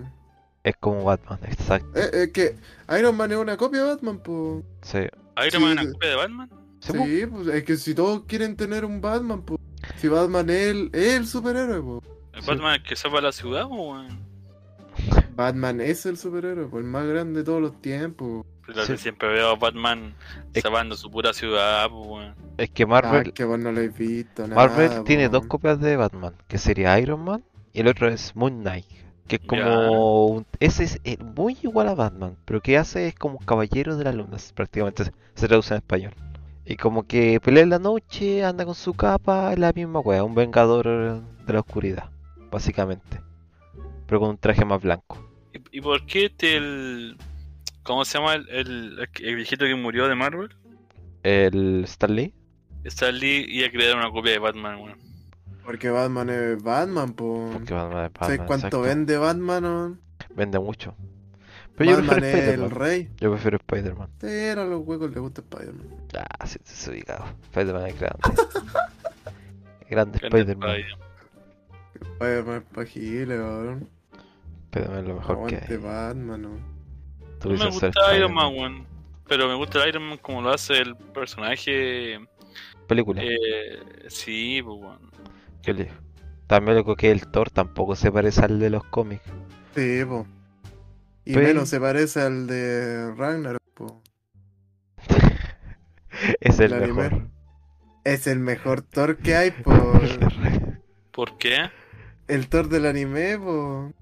C: Es como Batman, exacto.
B: Eh, Es que Iron Man es una copia de Batman, po.
C: Sí.
A: Iron Man
B: Sí.
A: es una copia de Batman.
C: Sí, po.
B: Sí, pues es que si todos quieren tener un Batman, po. Si Batman es el, es el superhéroe, po.
A: ¿El
C: Sí.
A: Batman es el que salva la ciudad, pues, weón.
B: Batman es el superhéroe, po. El más grande de todos los tiempos.
A: Pero
C: Sí.
A: que siempre veo a Batman
C: Es-
A: salvando su pura ciudad, pues, weón.
C: Es que
B: Ah,
C: Marvel,
B: que vos no lo habéis visto, nada.
C: Ah, Marvel tiene
B: po.
C: dos copias de Batman, que sería Iron Man y el otro es Moon Knight, que es como
A: Ya.
C: un- ese es eh, muy igual a Batman, pero que hace es como un caballero de las lunas, prácticamente se- se traduce en español. Y como que pelea en la noche, anda con su capa, es la misma wea, un vengador de la oscuridad, básicamente. Pero con un traje más blanco.
A: ¿Y, y por qué este el. ¿Cómo se llama el, el, el viejito que murió de Marvel?
C: El Stan Lee,
A: Stan Lee iba a crear una copia de Batman, weón.
B: Porque Batman es Batman, po.
C: porque Batman es
B: Mm. ¿Sabes
C: Batman,
B: cuánto
C: exacto,
B: vende Batman? weón?
C: Vende mucho. Pero yo
B: Batman
C: prefiero
B: es el
C: Spider-Man.
B: rey.
C: Yo prefiero Spider-Man.
B: Sí, era los huecos le gusta
C: (laughs)
B: Spider-Man.
C: Ah, sí, sí, sí, ubicado. Spider-Man es grande. grande
A: Grande
C: Spider-Man.
A: Spider.
B: Spider-Man pa' Gile, cabrón.
C: Pero es lo mejor que
B: Aguante
C: hay.
B: Batman, ¿no?
C: Tú
A: No
C: dices
A: me
C: ser
A: gusta Iron
C: Spider-Man.
A: Man, weón. Pero me gusta el Iron Man como lo hace el personaje.
C: Película.
A: Eh, sí, pues, weón.
C: Yo le digo. También lo que es el Thor tampoco se parece al de los cómics. (laughs)
B: Sí, po. Y
C: Pero-
B: menos se parece al de Ragnarok, po.
C: es el
B: El anime.
C: mejor. (laughs)
B: Es el mejor Thor que hay, po.
C: El de Ra-
A: ¿Por qué?
B: El Thor del anime, po.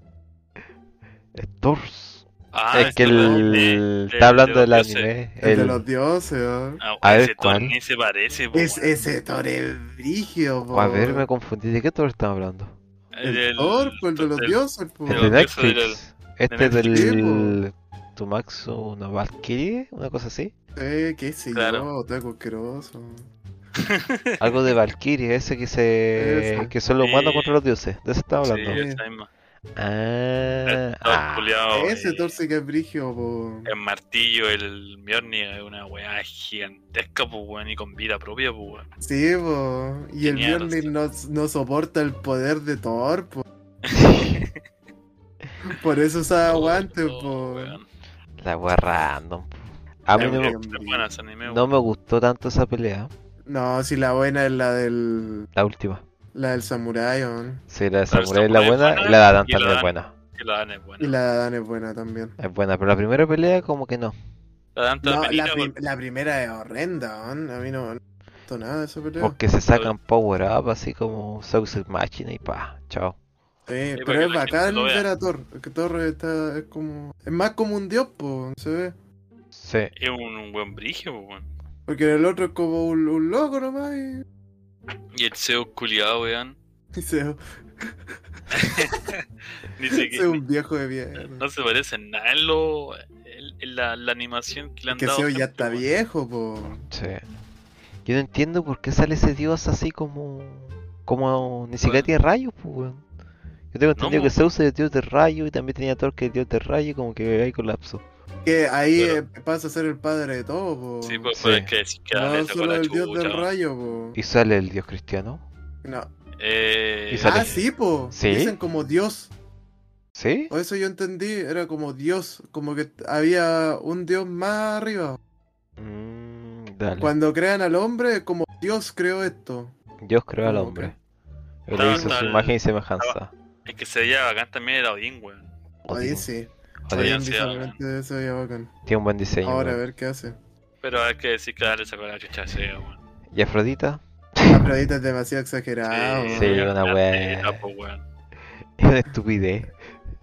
C: el Thor.
A: Ah,
C: es que
A: este weón
C: el...
A: de- de-
C: está
A: eh,
C: hablando
A: de
C: del
A: los dioses.
C: anime.
B: El, de
C: el-
B: los dioses, ¿no?
A: Ah,
C: A ver,
A: ese Thor
C: ¿cuál?
A: ni se parece, pues,
B: Es,
A: weón.
B: ese Thor es brigio, po.
C: A ver, me confundí. ¿De qué Thor estamos hablando?
B: El,
A: del-
B: Thor, po, el de los
A: del-
B: dioses, po.
A: De
C: El de
A: los dioses del-
C: Netflix. Este es
A: Netflix.
C: del... Tumaxo, una Valkyrie, una cosa así.
B: Sí, qué sé
A: Claro.
B: yo, taco asqueroso.
C: Algo de Valkyrie, ese que se...
B: Ese.
C: que son los humanos
A: Sí.
C: contra los dioses. De eso estaba
A: Sí,
C: hablando.
A: esa misma.
C: Ah,
A: El Thor
C: ah,
A: culiao,
B: ese
A: eh,
B: Thor sí que es brigio, po.
A: El martillo, el Mjolnir, es una weá gigantesca, pues, weón, y con vida propia, pues, weón.
B: Sí, po. Y el
A: Genial, o
B: Mjolnir
A: sea.
B: no, no soporta el poder de Thor, po. Por eso usa
A: Todo,
B: guantes,
A: todo,
B: po.
A: weón.
C: la wea random. A mí
B: Ya,
C: no,
A: Pero
C: me-
B: weón.
A: está buena ese anime,
C: no
A: weón.
C: me gustó tanto esa pelea,
B: No, si la buena es la del.
C: la última.
B: La del samurái, weón.
C: Sí, la de
A: La del
C: Samurai es la
A: Samurai es ¿eh?
C: buena
A: buena
C: y la de Adán
A: y la
C: también es
A: de-
C: buena.
A: Que la dan es
B: Y
A: buena.
B: la de Adán es buena también.
C: Es buena, pero la primera pelea como que no.
A: La dan
B: No,
A: también,
B: la,
A: weón.
B: prim- la primera es horrenda, weón. A mí no no me gustó nada de esa pelea.
C: Porque se sacan power up así como Sauce Machina y pa, chao.
B: Sí,
A: para
B: pero
A: que
B: es
A: la gente
B: bacán
A: lo vea.
B: ver a Thor. es Que Thor está, es como. Es más como un dios, po, se ve.
C: Sí,
A: Es un, un buen brigio, pues, weón.
B: Porque el otro es como un, un loco nomás y. (laughs)
A: Y el Zeus culiado, weón.
B: y se, (laughs)
A: Dice
B: se
A: que
B: un viejo de bien.
A: no se parece en nada en, lo- en- en la, la animación que le han
B: Que
A: dado.
B: Seo ya
A: siempre,
B: está
A: weón.
B: viejo, po.
C: sí. Yo no entiendo por qué sale ese dios así como. como ni siquiera
A: Bueno. pues.
C: tiene rayos, pues weón. Yo tengo entendido que
A: mo.
C: Zeus es el dios de rayo y también tenía Thor que es el dios de rayo y como que hay colapso.
B: Que ahí
A: Pero-
B: eh, pasa a ser el padre de todo, po.
A: Sí, pues,
C: Sí.
A: pero es que decir que
B: no
A: dale, sacó
B: solo
A: la
B: el dios
A: chucha,
B: del
A: weón.
B: rayo, po.
C: Y sale el dios cristiano.
B: No.
A: Eh,
C: Y sale-
B: Ah, sí, po.
C: ¿Sí?
B: Dicen como dios.
C: ¿Sí?
B: O eso yo entendí, era como dios. Como que había un dios más arriba.
C: Mm, dale.
B: Cuando crean al hombre, como dios creó esto.
C: Dios creó al
B: Como
C: hombre.
A: que-
C: Él le
A: Estaba-
C: hizo su
A: estaba-
C: imagen y semejanza.
A: Es que se veía bacán también era Odín, weón.
B: Ahí
C: Odín.
B: sí.
A: Odín
B: Ahí
A: ha sido
B: visualmente se veía bacán.
C: Tiene un buen diseño.
B: Ahora a
C: weón.
B: ver qué hace.
A: Pero hay que decir que dale sacó la chucha a Zeus, weón.
C: ¿Y Afrodita?
B: Afrodita es demasiado exagerado.
C: sí,
B: Ah, weón.
C: una
A: era
C: weá.
A: teta, po, weón.
C: Es una estupidez.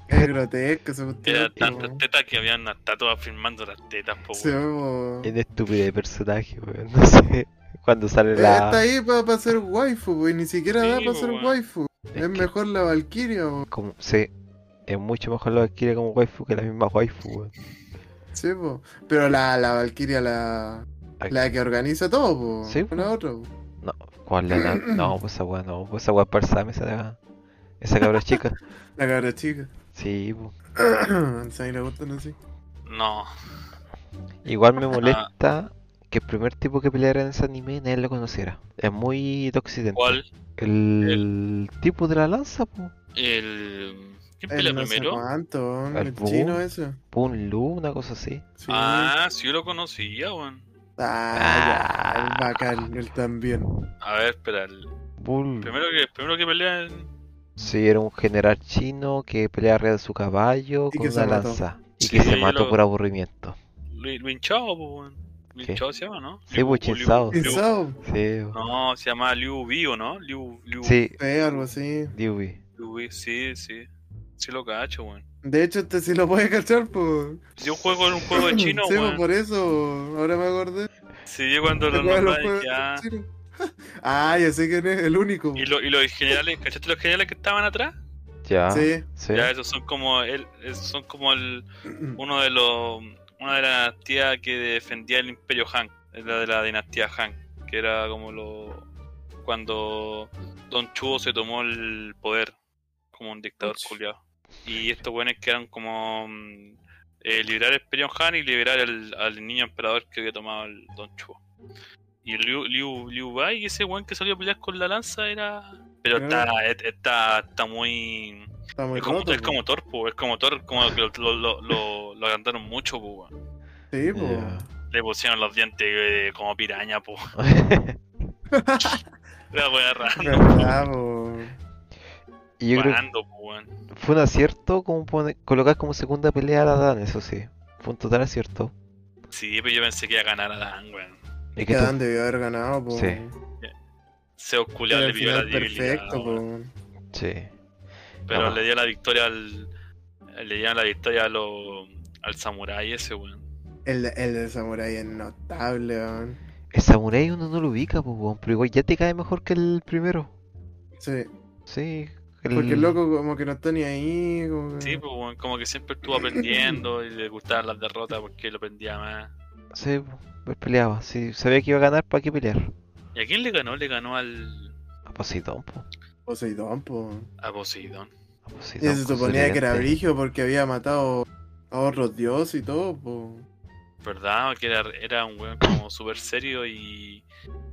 B: Es grotesco ese
A: Era
B: cuestión,
A: tantas
B: po.
A: tetas que habían una estatua filmando las tetas, po,
B: Sí,
A: weón.
B: po.
C: Es una estupidez de personaje, weón. (laughs) No sé. Cuando sale
B: Eh,
C: la.
B: Está ahí para ser waifu, po, y ni siquiera da
A: Sí,
B: para
A: po,
B: ser
A: weón.
B: waifu.
C: Es
B: Es,
C: que-
B: mejor la Valkyria, po.
C: Como, sí. Es mucho mejor lo que adquiere como waifu que la misma waifu, weón.
B: Sí, po. Pero la, la Valkyria, la,
C: Ay.
B: la que organiza todo, po.
C: Sí, po.
B: La otra, po.
C: No, ¿cuál
B: (clears throat)
C: es la? No, pues esa weá no. Pues esa weá es para el Sam, esa, esa cabra
B: (laughs)
C: chica.
B: La cabra chica. (clears throat)
C: Sí, pues. po.
B: ¿Sabes le gustan así?
A: No.
C: Igual me molesta que el primer tipo que peleara en ese anime nadie lo conociera. Es muy de occidente.
A: ¿Cuál?
C: El, tipo de la lanza, po.
A: El. ¿Quién
B: El
A: pelea
B: Eh, no sé
A: primero?
B: cuánto, weón,
C: El
B: el
C: Boo.
B: chino ese.
C: Pun Lu, una cosa así.
B: Sí.
A: Ah, sí, yo lo conocía, weón.
B: Ah, ya, el bacán, él también.
A: A ver, espera. El
C: Bull.
A: primero que, primero que pelea en-
C: Sí, era un general chino que pelea arriba de su caballo
B: Y
C: con
B: que se
C: una
B: mató.
C: lanza. Y
A: Sí,
C: que se
A: yo
C: mató
A: lo-
C: por aburrimiento.
A: Lu- Luin Chao, po, weón. Luin
C: ¿Qué?
A: Chao se llama, ¿no?
C: Sí, pues,
A: Liu- Liu-
C: Chinzao.
A: Liu-
B: Pensado,
C: Sí, bo.
A: No, se llama Liu Bio, ¿no? Liu, Liu,
C: sí,
B: eh, algo así.
C: Diubi.
A: Liu Bi, sí, sí. Sí lo cacho, weón.
B: De hecho, este sí lo puede cachar, po.
A: Si un juego era un juego
B: (clears throat)
A: de chino,
B: Sí, po,
A: weón.
B: por eso, ahora me acordé.
A: Sí, yo cuando
B: ¿Te
A: lo
B: acuerdas
A: nombraba
B: los juegos
A: dije, ah.
B: de chino? (laughs) Ah, ya sé quién es, el único. po.
A: Y, lo- y los generales, ¿cachaste los generales que estaban atrás?
C: Ya.
B: Sí.
C: sí. (laughs)
A: Ya, esos son como el, esos son como el,
B: Mm.
A: uno de los una de las tías que defendía el imperio Han, la de la dinastía Han, que era como lo cuando Don Chuo se tomó el poder como un dictador
B: Uch.
A: culiado. Y estos buenos que eran como mm, eh, liberar el imperio Han y liberar el- al niño emperador que había tomado el Don Chuo. Y Liu, Liu, Liu Bai, ese weón que salió a pelear con la lanza, era Pero
B: Ya.
A: está, es- está, está muy.
B: (clears throat) Está muy
A: Es como,
B: roto,
A: es
B: po.
A: como Thor, po, es como Thor, como que lo, lo, lo, lo- lo agrandaron mucho, po, weón.
B: Sí, po.
C: Ya.
A: Le pusieron los dientes eh, como piraña, po. (laughs) La wea rara.
B: Verdad, po.
C: y yo creo que
A: Bando, po, weón.
C: fue un acierto como pone- colocar como segunda pelea a la Dan, eso sí. Fue un total acierto.
A: Sí, pero yo pensé que iba a ganar a Dan, weón.
C: (laughs) Y que
B: Que
C: tú-
B: Dan debió haber ganado, po.
C: Sí.
A: Se
B: Era
A: osculeó, le
B: el
A: pidió la
B: final
A: debilidad.
B: perfecto,
A: weón.
B: po.
C: Sí.
A: Pero
C: Ajá.
A: le dio la victoria al. Le dieron la victoria a lo- al samurái ese, weón.
B: El, de- el de Samurai es notable, weón.
C: El Samurai uno no lo ubica, pues, weón, pero igual ya te cae mejor que el primero.
B: Sí.
C: Sí.
B: Porque el loco como que no está ni ahí, como que...
A: Sí, pues, weón, como que siempre estuvo aprendiendo y le gustaban las derrotas porque lo aprendía más.
C: Sí, pues peleaba. Si sabía que iba a ganar, ¿para qué pelear?
A: ¿Y a quién le ganó? Le ganó al.
C: A Poseidón, pues.
B: Poseidón, po.
A: a Poseidón.
C: A
B: Y
C: Poseidón.
B: se
C: con su
B: suponía que era
C: tridente.
B: brigio porque había matado a otros dioses y todo, po.
A: ¿Verdad? Que era, era un weón como súper serio y,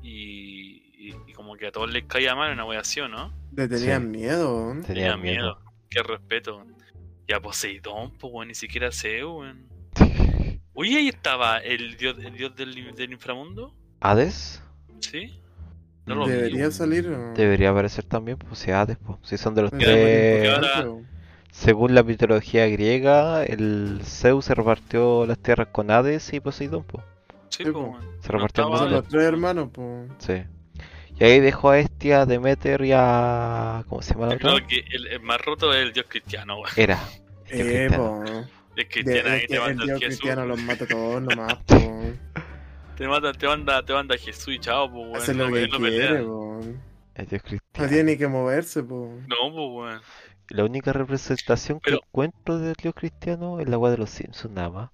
A: y, y. y como que a todos les caía mal una wea así, ¿o ¿no?
B: Le tenían
C: Sí.
B: miedo, weón.
C: Tenía miedo.
A: Qué respeto. Y a Poseidón, pues, weón, ni siquiera sé, weón. Oye, ahí estaba el dios, el dios del, del inframundo,
C: ¿Hades?
A: ¿sí? No lo vi.
B: Debería salir, ¿no?
C: Debería aparecer también, pues, si Hades, pues. Si son de los
B: Era Mm. muy
C: tres.
A: ahora-
B: importante, po.
C: Según la mitología griega, el Zeus se repartió las tierras con Hades y Poseidón, pues.
A: Sí,
B: Sí,
A: pues,
B: po.
A: weón.
C: Se repartió el
A: estaba-
B: Son
C: mundo.
B: los tres hermanos, po.
C: Sí. Y ahí dejó a Hestia, a Demeter y a. ¿Cómo se llama la
A: Yo creo
C: otra?
A: que el, el más roto es el dios cristiano, weón.
C: Era. Hestia
B: Eh,
C: Cristiana.
B: po.
A: El
B: De-
A: cristiano
B: de
A: ahí
B: que
A: te
B: el
A: manda
B: dios
A: el Jesús.
B: cristiano los mata a todos nomás,
C: (laughs)
B: po.
A: Te manda, te manda, te manda Jesús y chao, pues, weón.
B: Hace lo
A: no,
B: que
A: él no pelea.
B: quiere, po. No
C: El dios cristiano.
B: tiene ni que moverse, po.
A: No, pues, weón.
C: La única representación que
A: Pero-
C: encuentro del dios cristiano es la agua de los Simpsons, nada más.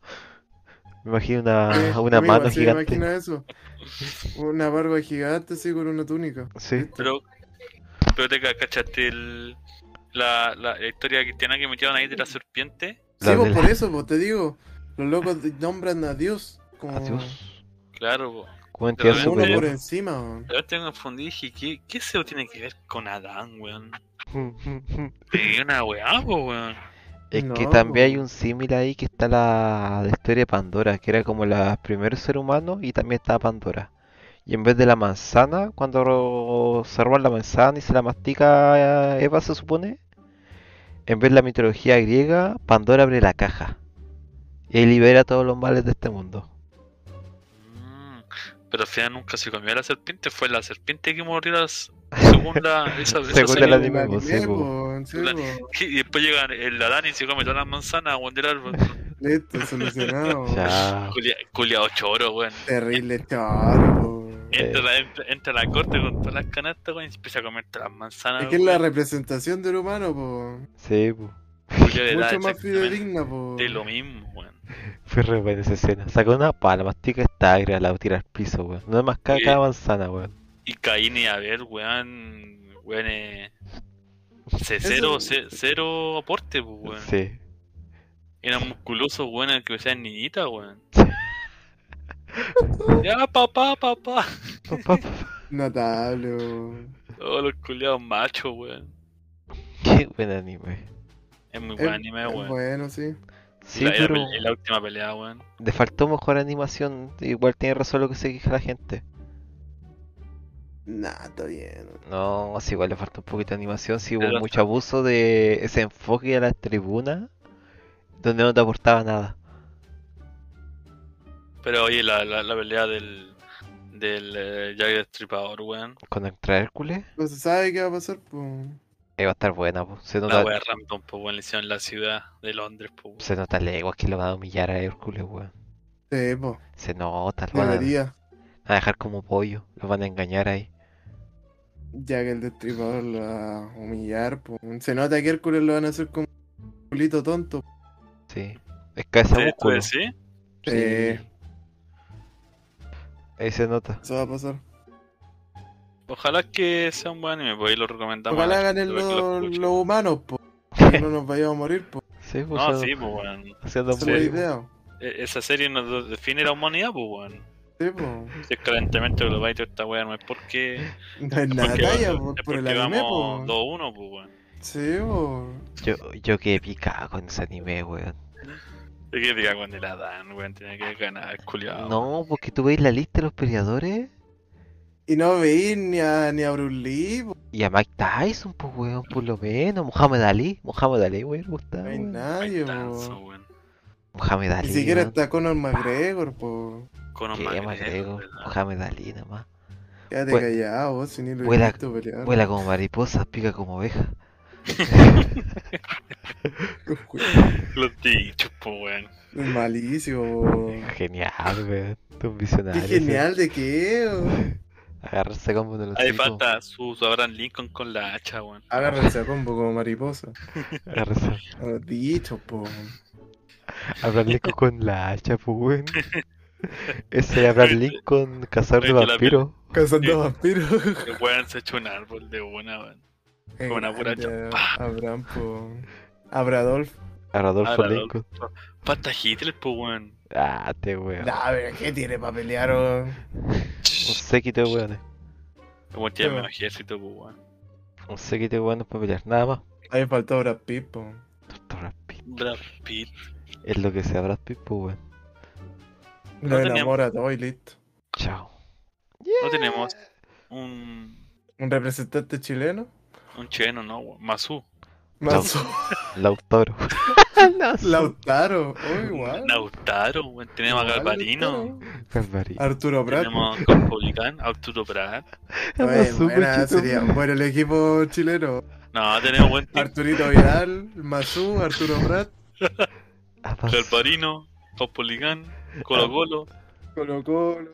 C: Me imagino una,
B: Eh,
C: Ah, una
B: amigo,
C: mano
B: así
C: gigante.
B: Imagina eso. Una barba gigante así con una túnica.
C: Sí,
A: Pero, pero te ca- cachaste el, la, la, la historia cristiana que metieron ahí de la serpiente.
C: La
B: Sí, vos,
C: de la-
B: por eso, pues te digo. Los locos de- nombran a Dios como,
C: adiós.
A: Claro, pues.
C: Como entidad
A: Pero
B: como uno por
C: superior.
B: encima. weón.
A: Yo te confundí y dije, ¿qué, qué se tiene que ver con Adán, weón? Pegué una weá, pues, weón.
C: Es que
B: No,
C: también hay
B: po.
C: un símil ahí que está la, la historia de Pandora, que era como la primer ser humano y también estaba Pandora. Y en vez de la manzana, cuando ro- se roban la manzana y se la mastica eh, Eva, se supone, en vez de la mitología griega, Pandora abre la caja y ahí libera todos los males de este mundo.
A: Mm, Pero al final nunca se comió a la serpiente, fue la serpiente que murió las- según
C: (laughs)
A: la... Esa, esa
C: Según
A: serie,
C: el
A: weón.
C: anime, po, sí, po.
B: po, sí,
A: La-
B: po.
A: Y después llega el Adán y se come todas las manzanas, weón, del
C: (laughs)
A: árbol.
B: Listo, solucionado. weón.
C: Chao.
A: Culia- Culiao choro, weón.
B: Terrible chorro. po.
A: Entra, la- entra, entra a la corte con todas las canastas, weón, y empieza a comer todas las manzanas.
B: Es que es la
A: weón.
B: representación del humano, po.
C: Sí, po.
A: Culiao le da
B: Mucho más
A: exactamente
B: fidedigna, po.
A: De lo mismo, weón.
C: Fue re buena esa escena. Saca una pala, mastica esta agria, la tira al piso, weón. No es más caca
A: Sí.
C: cada manzana, weón.
A: Y Caín y Abel, weón. Weón, eh. ce- Cero,
B: Eso-
A: ce- cero aporte, pues, weón.
C: Sí. (laughs)
A: Eran musculosos, weón, al que sean niñitas,
C: (laughs)
A: weón. ya, papá, papá.
B: Notable, po.
A: Todos los culiados machos, weón.
C: Qué buen anime.
A: Es muy
B: Es-
A: buen anime,
B: es
A: weón.
B: Bueno, sí.
C: Sí,
A: la, la
C: pero
A: pele- la última pelea, weón.
C: le faltó mejor animación. Igual tiene razón lo que se queja la gente.
B: Nah, está bien.
C: No, sí, igual le faltó un poquito de animación. Sí, hubo
A: Pero-
C: mucho abuso de ese enfoque a las tribunas, donde no te aportaba nada.
A: Pero oye, la, la, la pelea del. del eh, Jack Destripador, weón.
C: Con Contra Hércules,
B: No Pues se sabe qué va a pasar, pues. po.
C: ahí va a estar buena, po. Se
A: La
C: nota,
A: wea random, pues, weón. Le hicieron en la ciudad de Londres, pues, weón.
C: se nota leguas que lo van a humillar a Hércules, weón.
B: Sí, po.
C: Se nota, lo van a,
B: Debería.
C: a dejar como pollo, lo van a engañar ahí.
B: Ya que el destripador lo va a humillar, po. Se nota que Hércules lo van a hacer como un culito tonto. pues,
C: Sí, es cabeza
A: ¿Sí? ¿Tú
C: músculo.
A: decís?
B: Sí.
C: Ahí se nota.
B: Eso va a pasar.
A: Ojalá que sea un buen anime, pues ahí lo recomendamos. a la
B: Ojalá ganen
A: gente para que
B: los
A: escuche.
B: los humanos, po. Que no nos vayamos a morir, po.
C: Sí, pues,
A: No,
C: son-
A: sí, pues, weón.
C: haciendo
B: Esa es la
A: sí.
C: pollo.
B: idea.
A: E- Esa serie nos define la humanidad, pues, weón.
B: Sí, po.
A: Si el calentamiento global y toda esta weá no (laughs) es porque.
B: No es nada
A: porque-
B: talla,
A: es
B: po, pues, por
A: porque
B: el anime,
A: vamos
B: po.
A: 2-1, pues, weón.
B: Sí, pues. po.
C: Yo, yo quedé picado con ese anime, weón.
A: Hay que diga cuando la dan, weón. Tiene que ganar, culiado.
C: No, porque tú veis la lista de los peleadores
B: Y no veí ni a, ni a Bruce Lee, pues. po.
C: y a Mike Tyson, pues, weón, por lo menos. Mohamed Ali, Mohamed Ali, weón, me gusta.
B: No hay
C: weón.
B: nadie, po.
A: weón.
C: Mohamed Ali.
B: Ni siquiera
C: weón.
B: está Conor McGregor, pues. po.
A: Con
C: ¿Qué, McGregor? Mohamed Ali, nomás.
B: Quédate
C: Bue-
B: callado, vos, si ni lo he
C: Vuela-
B: visto pelear. (laughs)
C: Vuela como mariposa, pica como oveja.
A: Los dichos, po, weón.
B: Malísimo, po.
C: Genial, weón. Tú un visionario.
B: Qué
C: ese.
B: genial de qué, po.
C: Agarrarse como de los
A: Ahí
C: hocico.
A: falta su su Abraham Lincoln con la hacha, weón.
B: Agárrense a combo como mariposa.
C: Agarrarse.
B: A los dichos, po.
C: Abraham Lincoln con la hacha, pues,
A: (laughs)
C: weón. Ese Abraham Lincoln, cazador de
A: Oye, que la-
C: vampiros.
B: Cazando vampiros.
A: (laughs) El weón se echó un árbol de una, weón.
B: Qué
A: Con una pura
B: grande,
A: chapa.
B: Abraham, po. Abradolf.
C: Adolfo
A: Ahora,
C: Lincoln.
A: Pata Hitler, po, weón.
C: Ah, te weón.
B: Nah, a ver, ¿qué tiene para pelear, oh? o...?
C: Un séquito de weones.
A: Como tiene menos ejército, po, weón.
C: Un séquito de weones para pelear. Nada más.
B: Ahí faltó Brad Pitt, po.
C: Doctor Brad Pitt.
A: Brad Pitt.
C: Es lo que sea Brad Pitt, pues, weón.
B: Lo
A: No
B: enamora a todo y listo.
C: Chao.
A: No tenemos un,
B: ¿Un representante chileno?
A: un chileno, ¿no? weón? Masu.
B: Manso.
C: Lautaro.
B: (laughs)
C: (laughs)
B: Lautaro. Uy, guau.
A: Lautaro, weón. Tenemos a
B: Igual,
A: Galvarino.
B: Lautaro.
C: Barbarito.
B: Arturo Prat.
A: Tenemos a Caupolicán, Arturo Prat.
B: Oye,
C: Masu,
B: buena,
C: cochito,
B: sería
C: weón.
B: bueno el equipo chileno.
A: No, tenemos buen team.
B: Arturito Vidal, Mazú, Arturo Prat,
C: Ah, Masu.
A: Galvarino, Caupolicán, Colo Colo.
B: Colo Colo,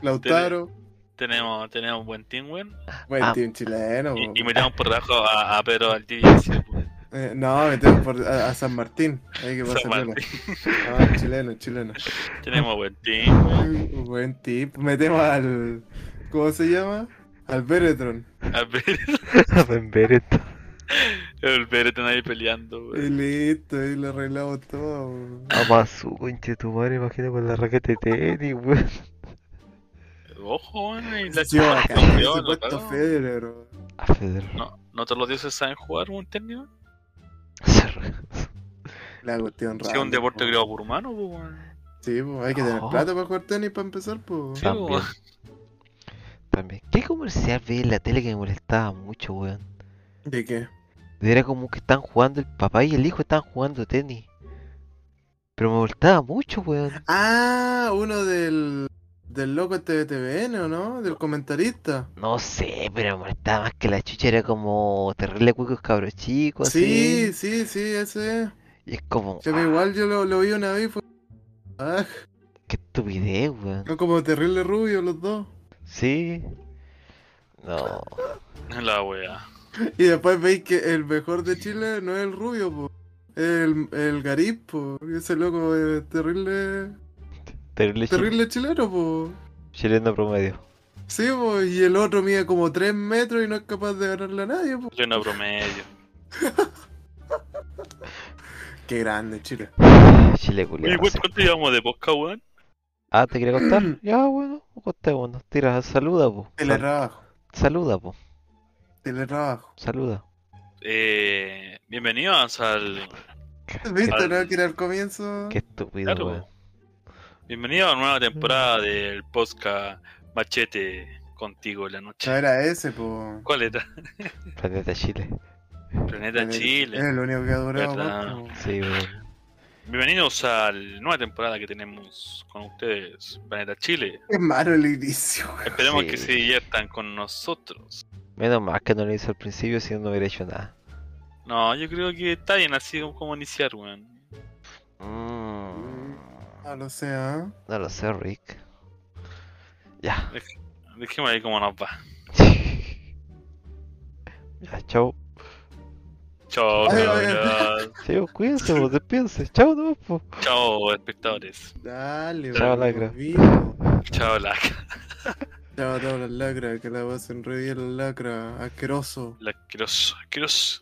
B: Lautaro.
A: Tenemos, tenemos un buen team, weón.
B: Buen
C: Ah.
B: team chileno.
A: Y,
B: po.
A: y metemos por debajo a, a Pedro Valdivia. sí, weón.
B: Eh, no, metemos por, a, a San Martín. Ahí que
A: San
B: pasa piola.
A: Martín.
B: Ah, chileno, chileno.
A: Tenemos buen team. weón.
B: Uy, Buen tip. Metemos al. ¿Cómo se llama? Al Beretron.
A: A ver,
C: Ben Bereto.
A: el Beretón ahí peleando,
B: Y
A: weón.
B: listo, y lo arreglamos todo. po.
C: Ah, Masu, conche tu madre, imagina con la raqueta de tenis, weón.
A: Ojo, weón. y la-
B: Sí, bacán,
A: campeón,
B: ese
A: lo
B: puesto
A: cagó.
B: Federer, bro.
C: A Federer.
A: No, no todos los dioses saben jugar un tenis, weón.
B: La cuestión
A: Sí,
B: rara.
A: es un deporte
B: po.
A: creado por humanos, po, weón.
B: Sí, po, hay que tener
C: Oh.
B: plata para jugar tenis para empezar, pues.
A: Sí,
C: También.
A: weón.
C: También. ¿Qué comercial veía en la tele que me molestaba mucho, weón?
B: ¿De qué?
C: Era como que están jugando, el papá y el hijo están jugando tenis. Pero me molestaba mucho, weón.
B: Ah, uno del. Del loco este de TVN, ¿o no? Del comentarista.
C: No sé, pero me molestaba más que la chucha era como terrible cuicos cabros chicos,
B: Sí,
C: así.
B: sí, sí, ese es.
C: Y es como,
B: Yo me
C: ah,
B: igual yo lo, lo vi una vez y fue. Ah,
C: qué estupidez, weón.
B: son como terrible rubio los dos.
C: Sí. No.
A: La wea.
B: Y después veis que el mejor de Chile no es el rubio, po. Es El, el Garip, po. Ese loco es terrible.
C: Terrible, chi-
B: Terrible chileno, po.
C: chileno promedio. (sighs)
B: Sí, po. Y el otro mide como 3 metros y no es capaz de ganarle a nadie, po.
A: Yo no promedio.
B: Qué grande Chile.
C: Chile
A: Oye,
C: culiao,
A: weón,
C: sí.
A: ¿cuánto llevamos de podcast, weón?
C: Ah, ¿te
B: (clears throat)
C: quería contar? ya, bueno, contémonos. Tira, saluda, po. Sal-
B: Teletrabajo.
C: Saluda, po.
B: Teletrabajo.
C: Saluda.
A: Eh, bienvenidos al.
B: ¿Viste,
A: Vale.
B: no? Que era el comienzo.
C: Qué estúpido,
A: Claro.
C: weón.
A: Bienvenidos a una nueva temporada del podcast Machete contigo en la
B: No
A: noche.
B: era ese, po.
A: ¿Cuál era?
C: Planeta Chile.
A: Planeta
B: Es
A: Chile.
B: el único que ha durado
A: Verdad.
B: más, po.
C: Sí, weón.
A: Bienvenidos a la nueva temporada que tenemos con ustedes, Planeta Chile.
B: Es malo el inicio.
A: Esperemos
C: Sí.
A: que se diviertan con nosotros.
C: Menos mal que no lo hizo al principio, si no, no hubiera hecho nada.
A: No, yo creo que está bien así como iniciar, weón.
C: Mm,
B: No lo sé, ¿ah?
C: no lo sé, Rick. Ya. (laughs)
A: Dejemos ahí cómo nos va.
C: ya, chao.
A: Chao,
B: Ay, ay,
A: cabros.
C: Chao, cuídense, vos despídense. Chao, no, po.
A: Chao, espectadores.
B: Dale,
C: Chao,
B: po,
C: lacra.
B: vivo.
A: Chao, la,
B: Chao a todas las lacras, que la pasen re bien las lacras, asqueroso.
A: la, asqueroso, asqueroso.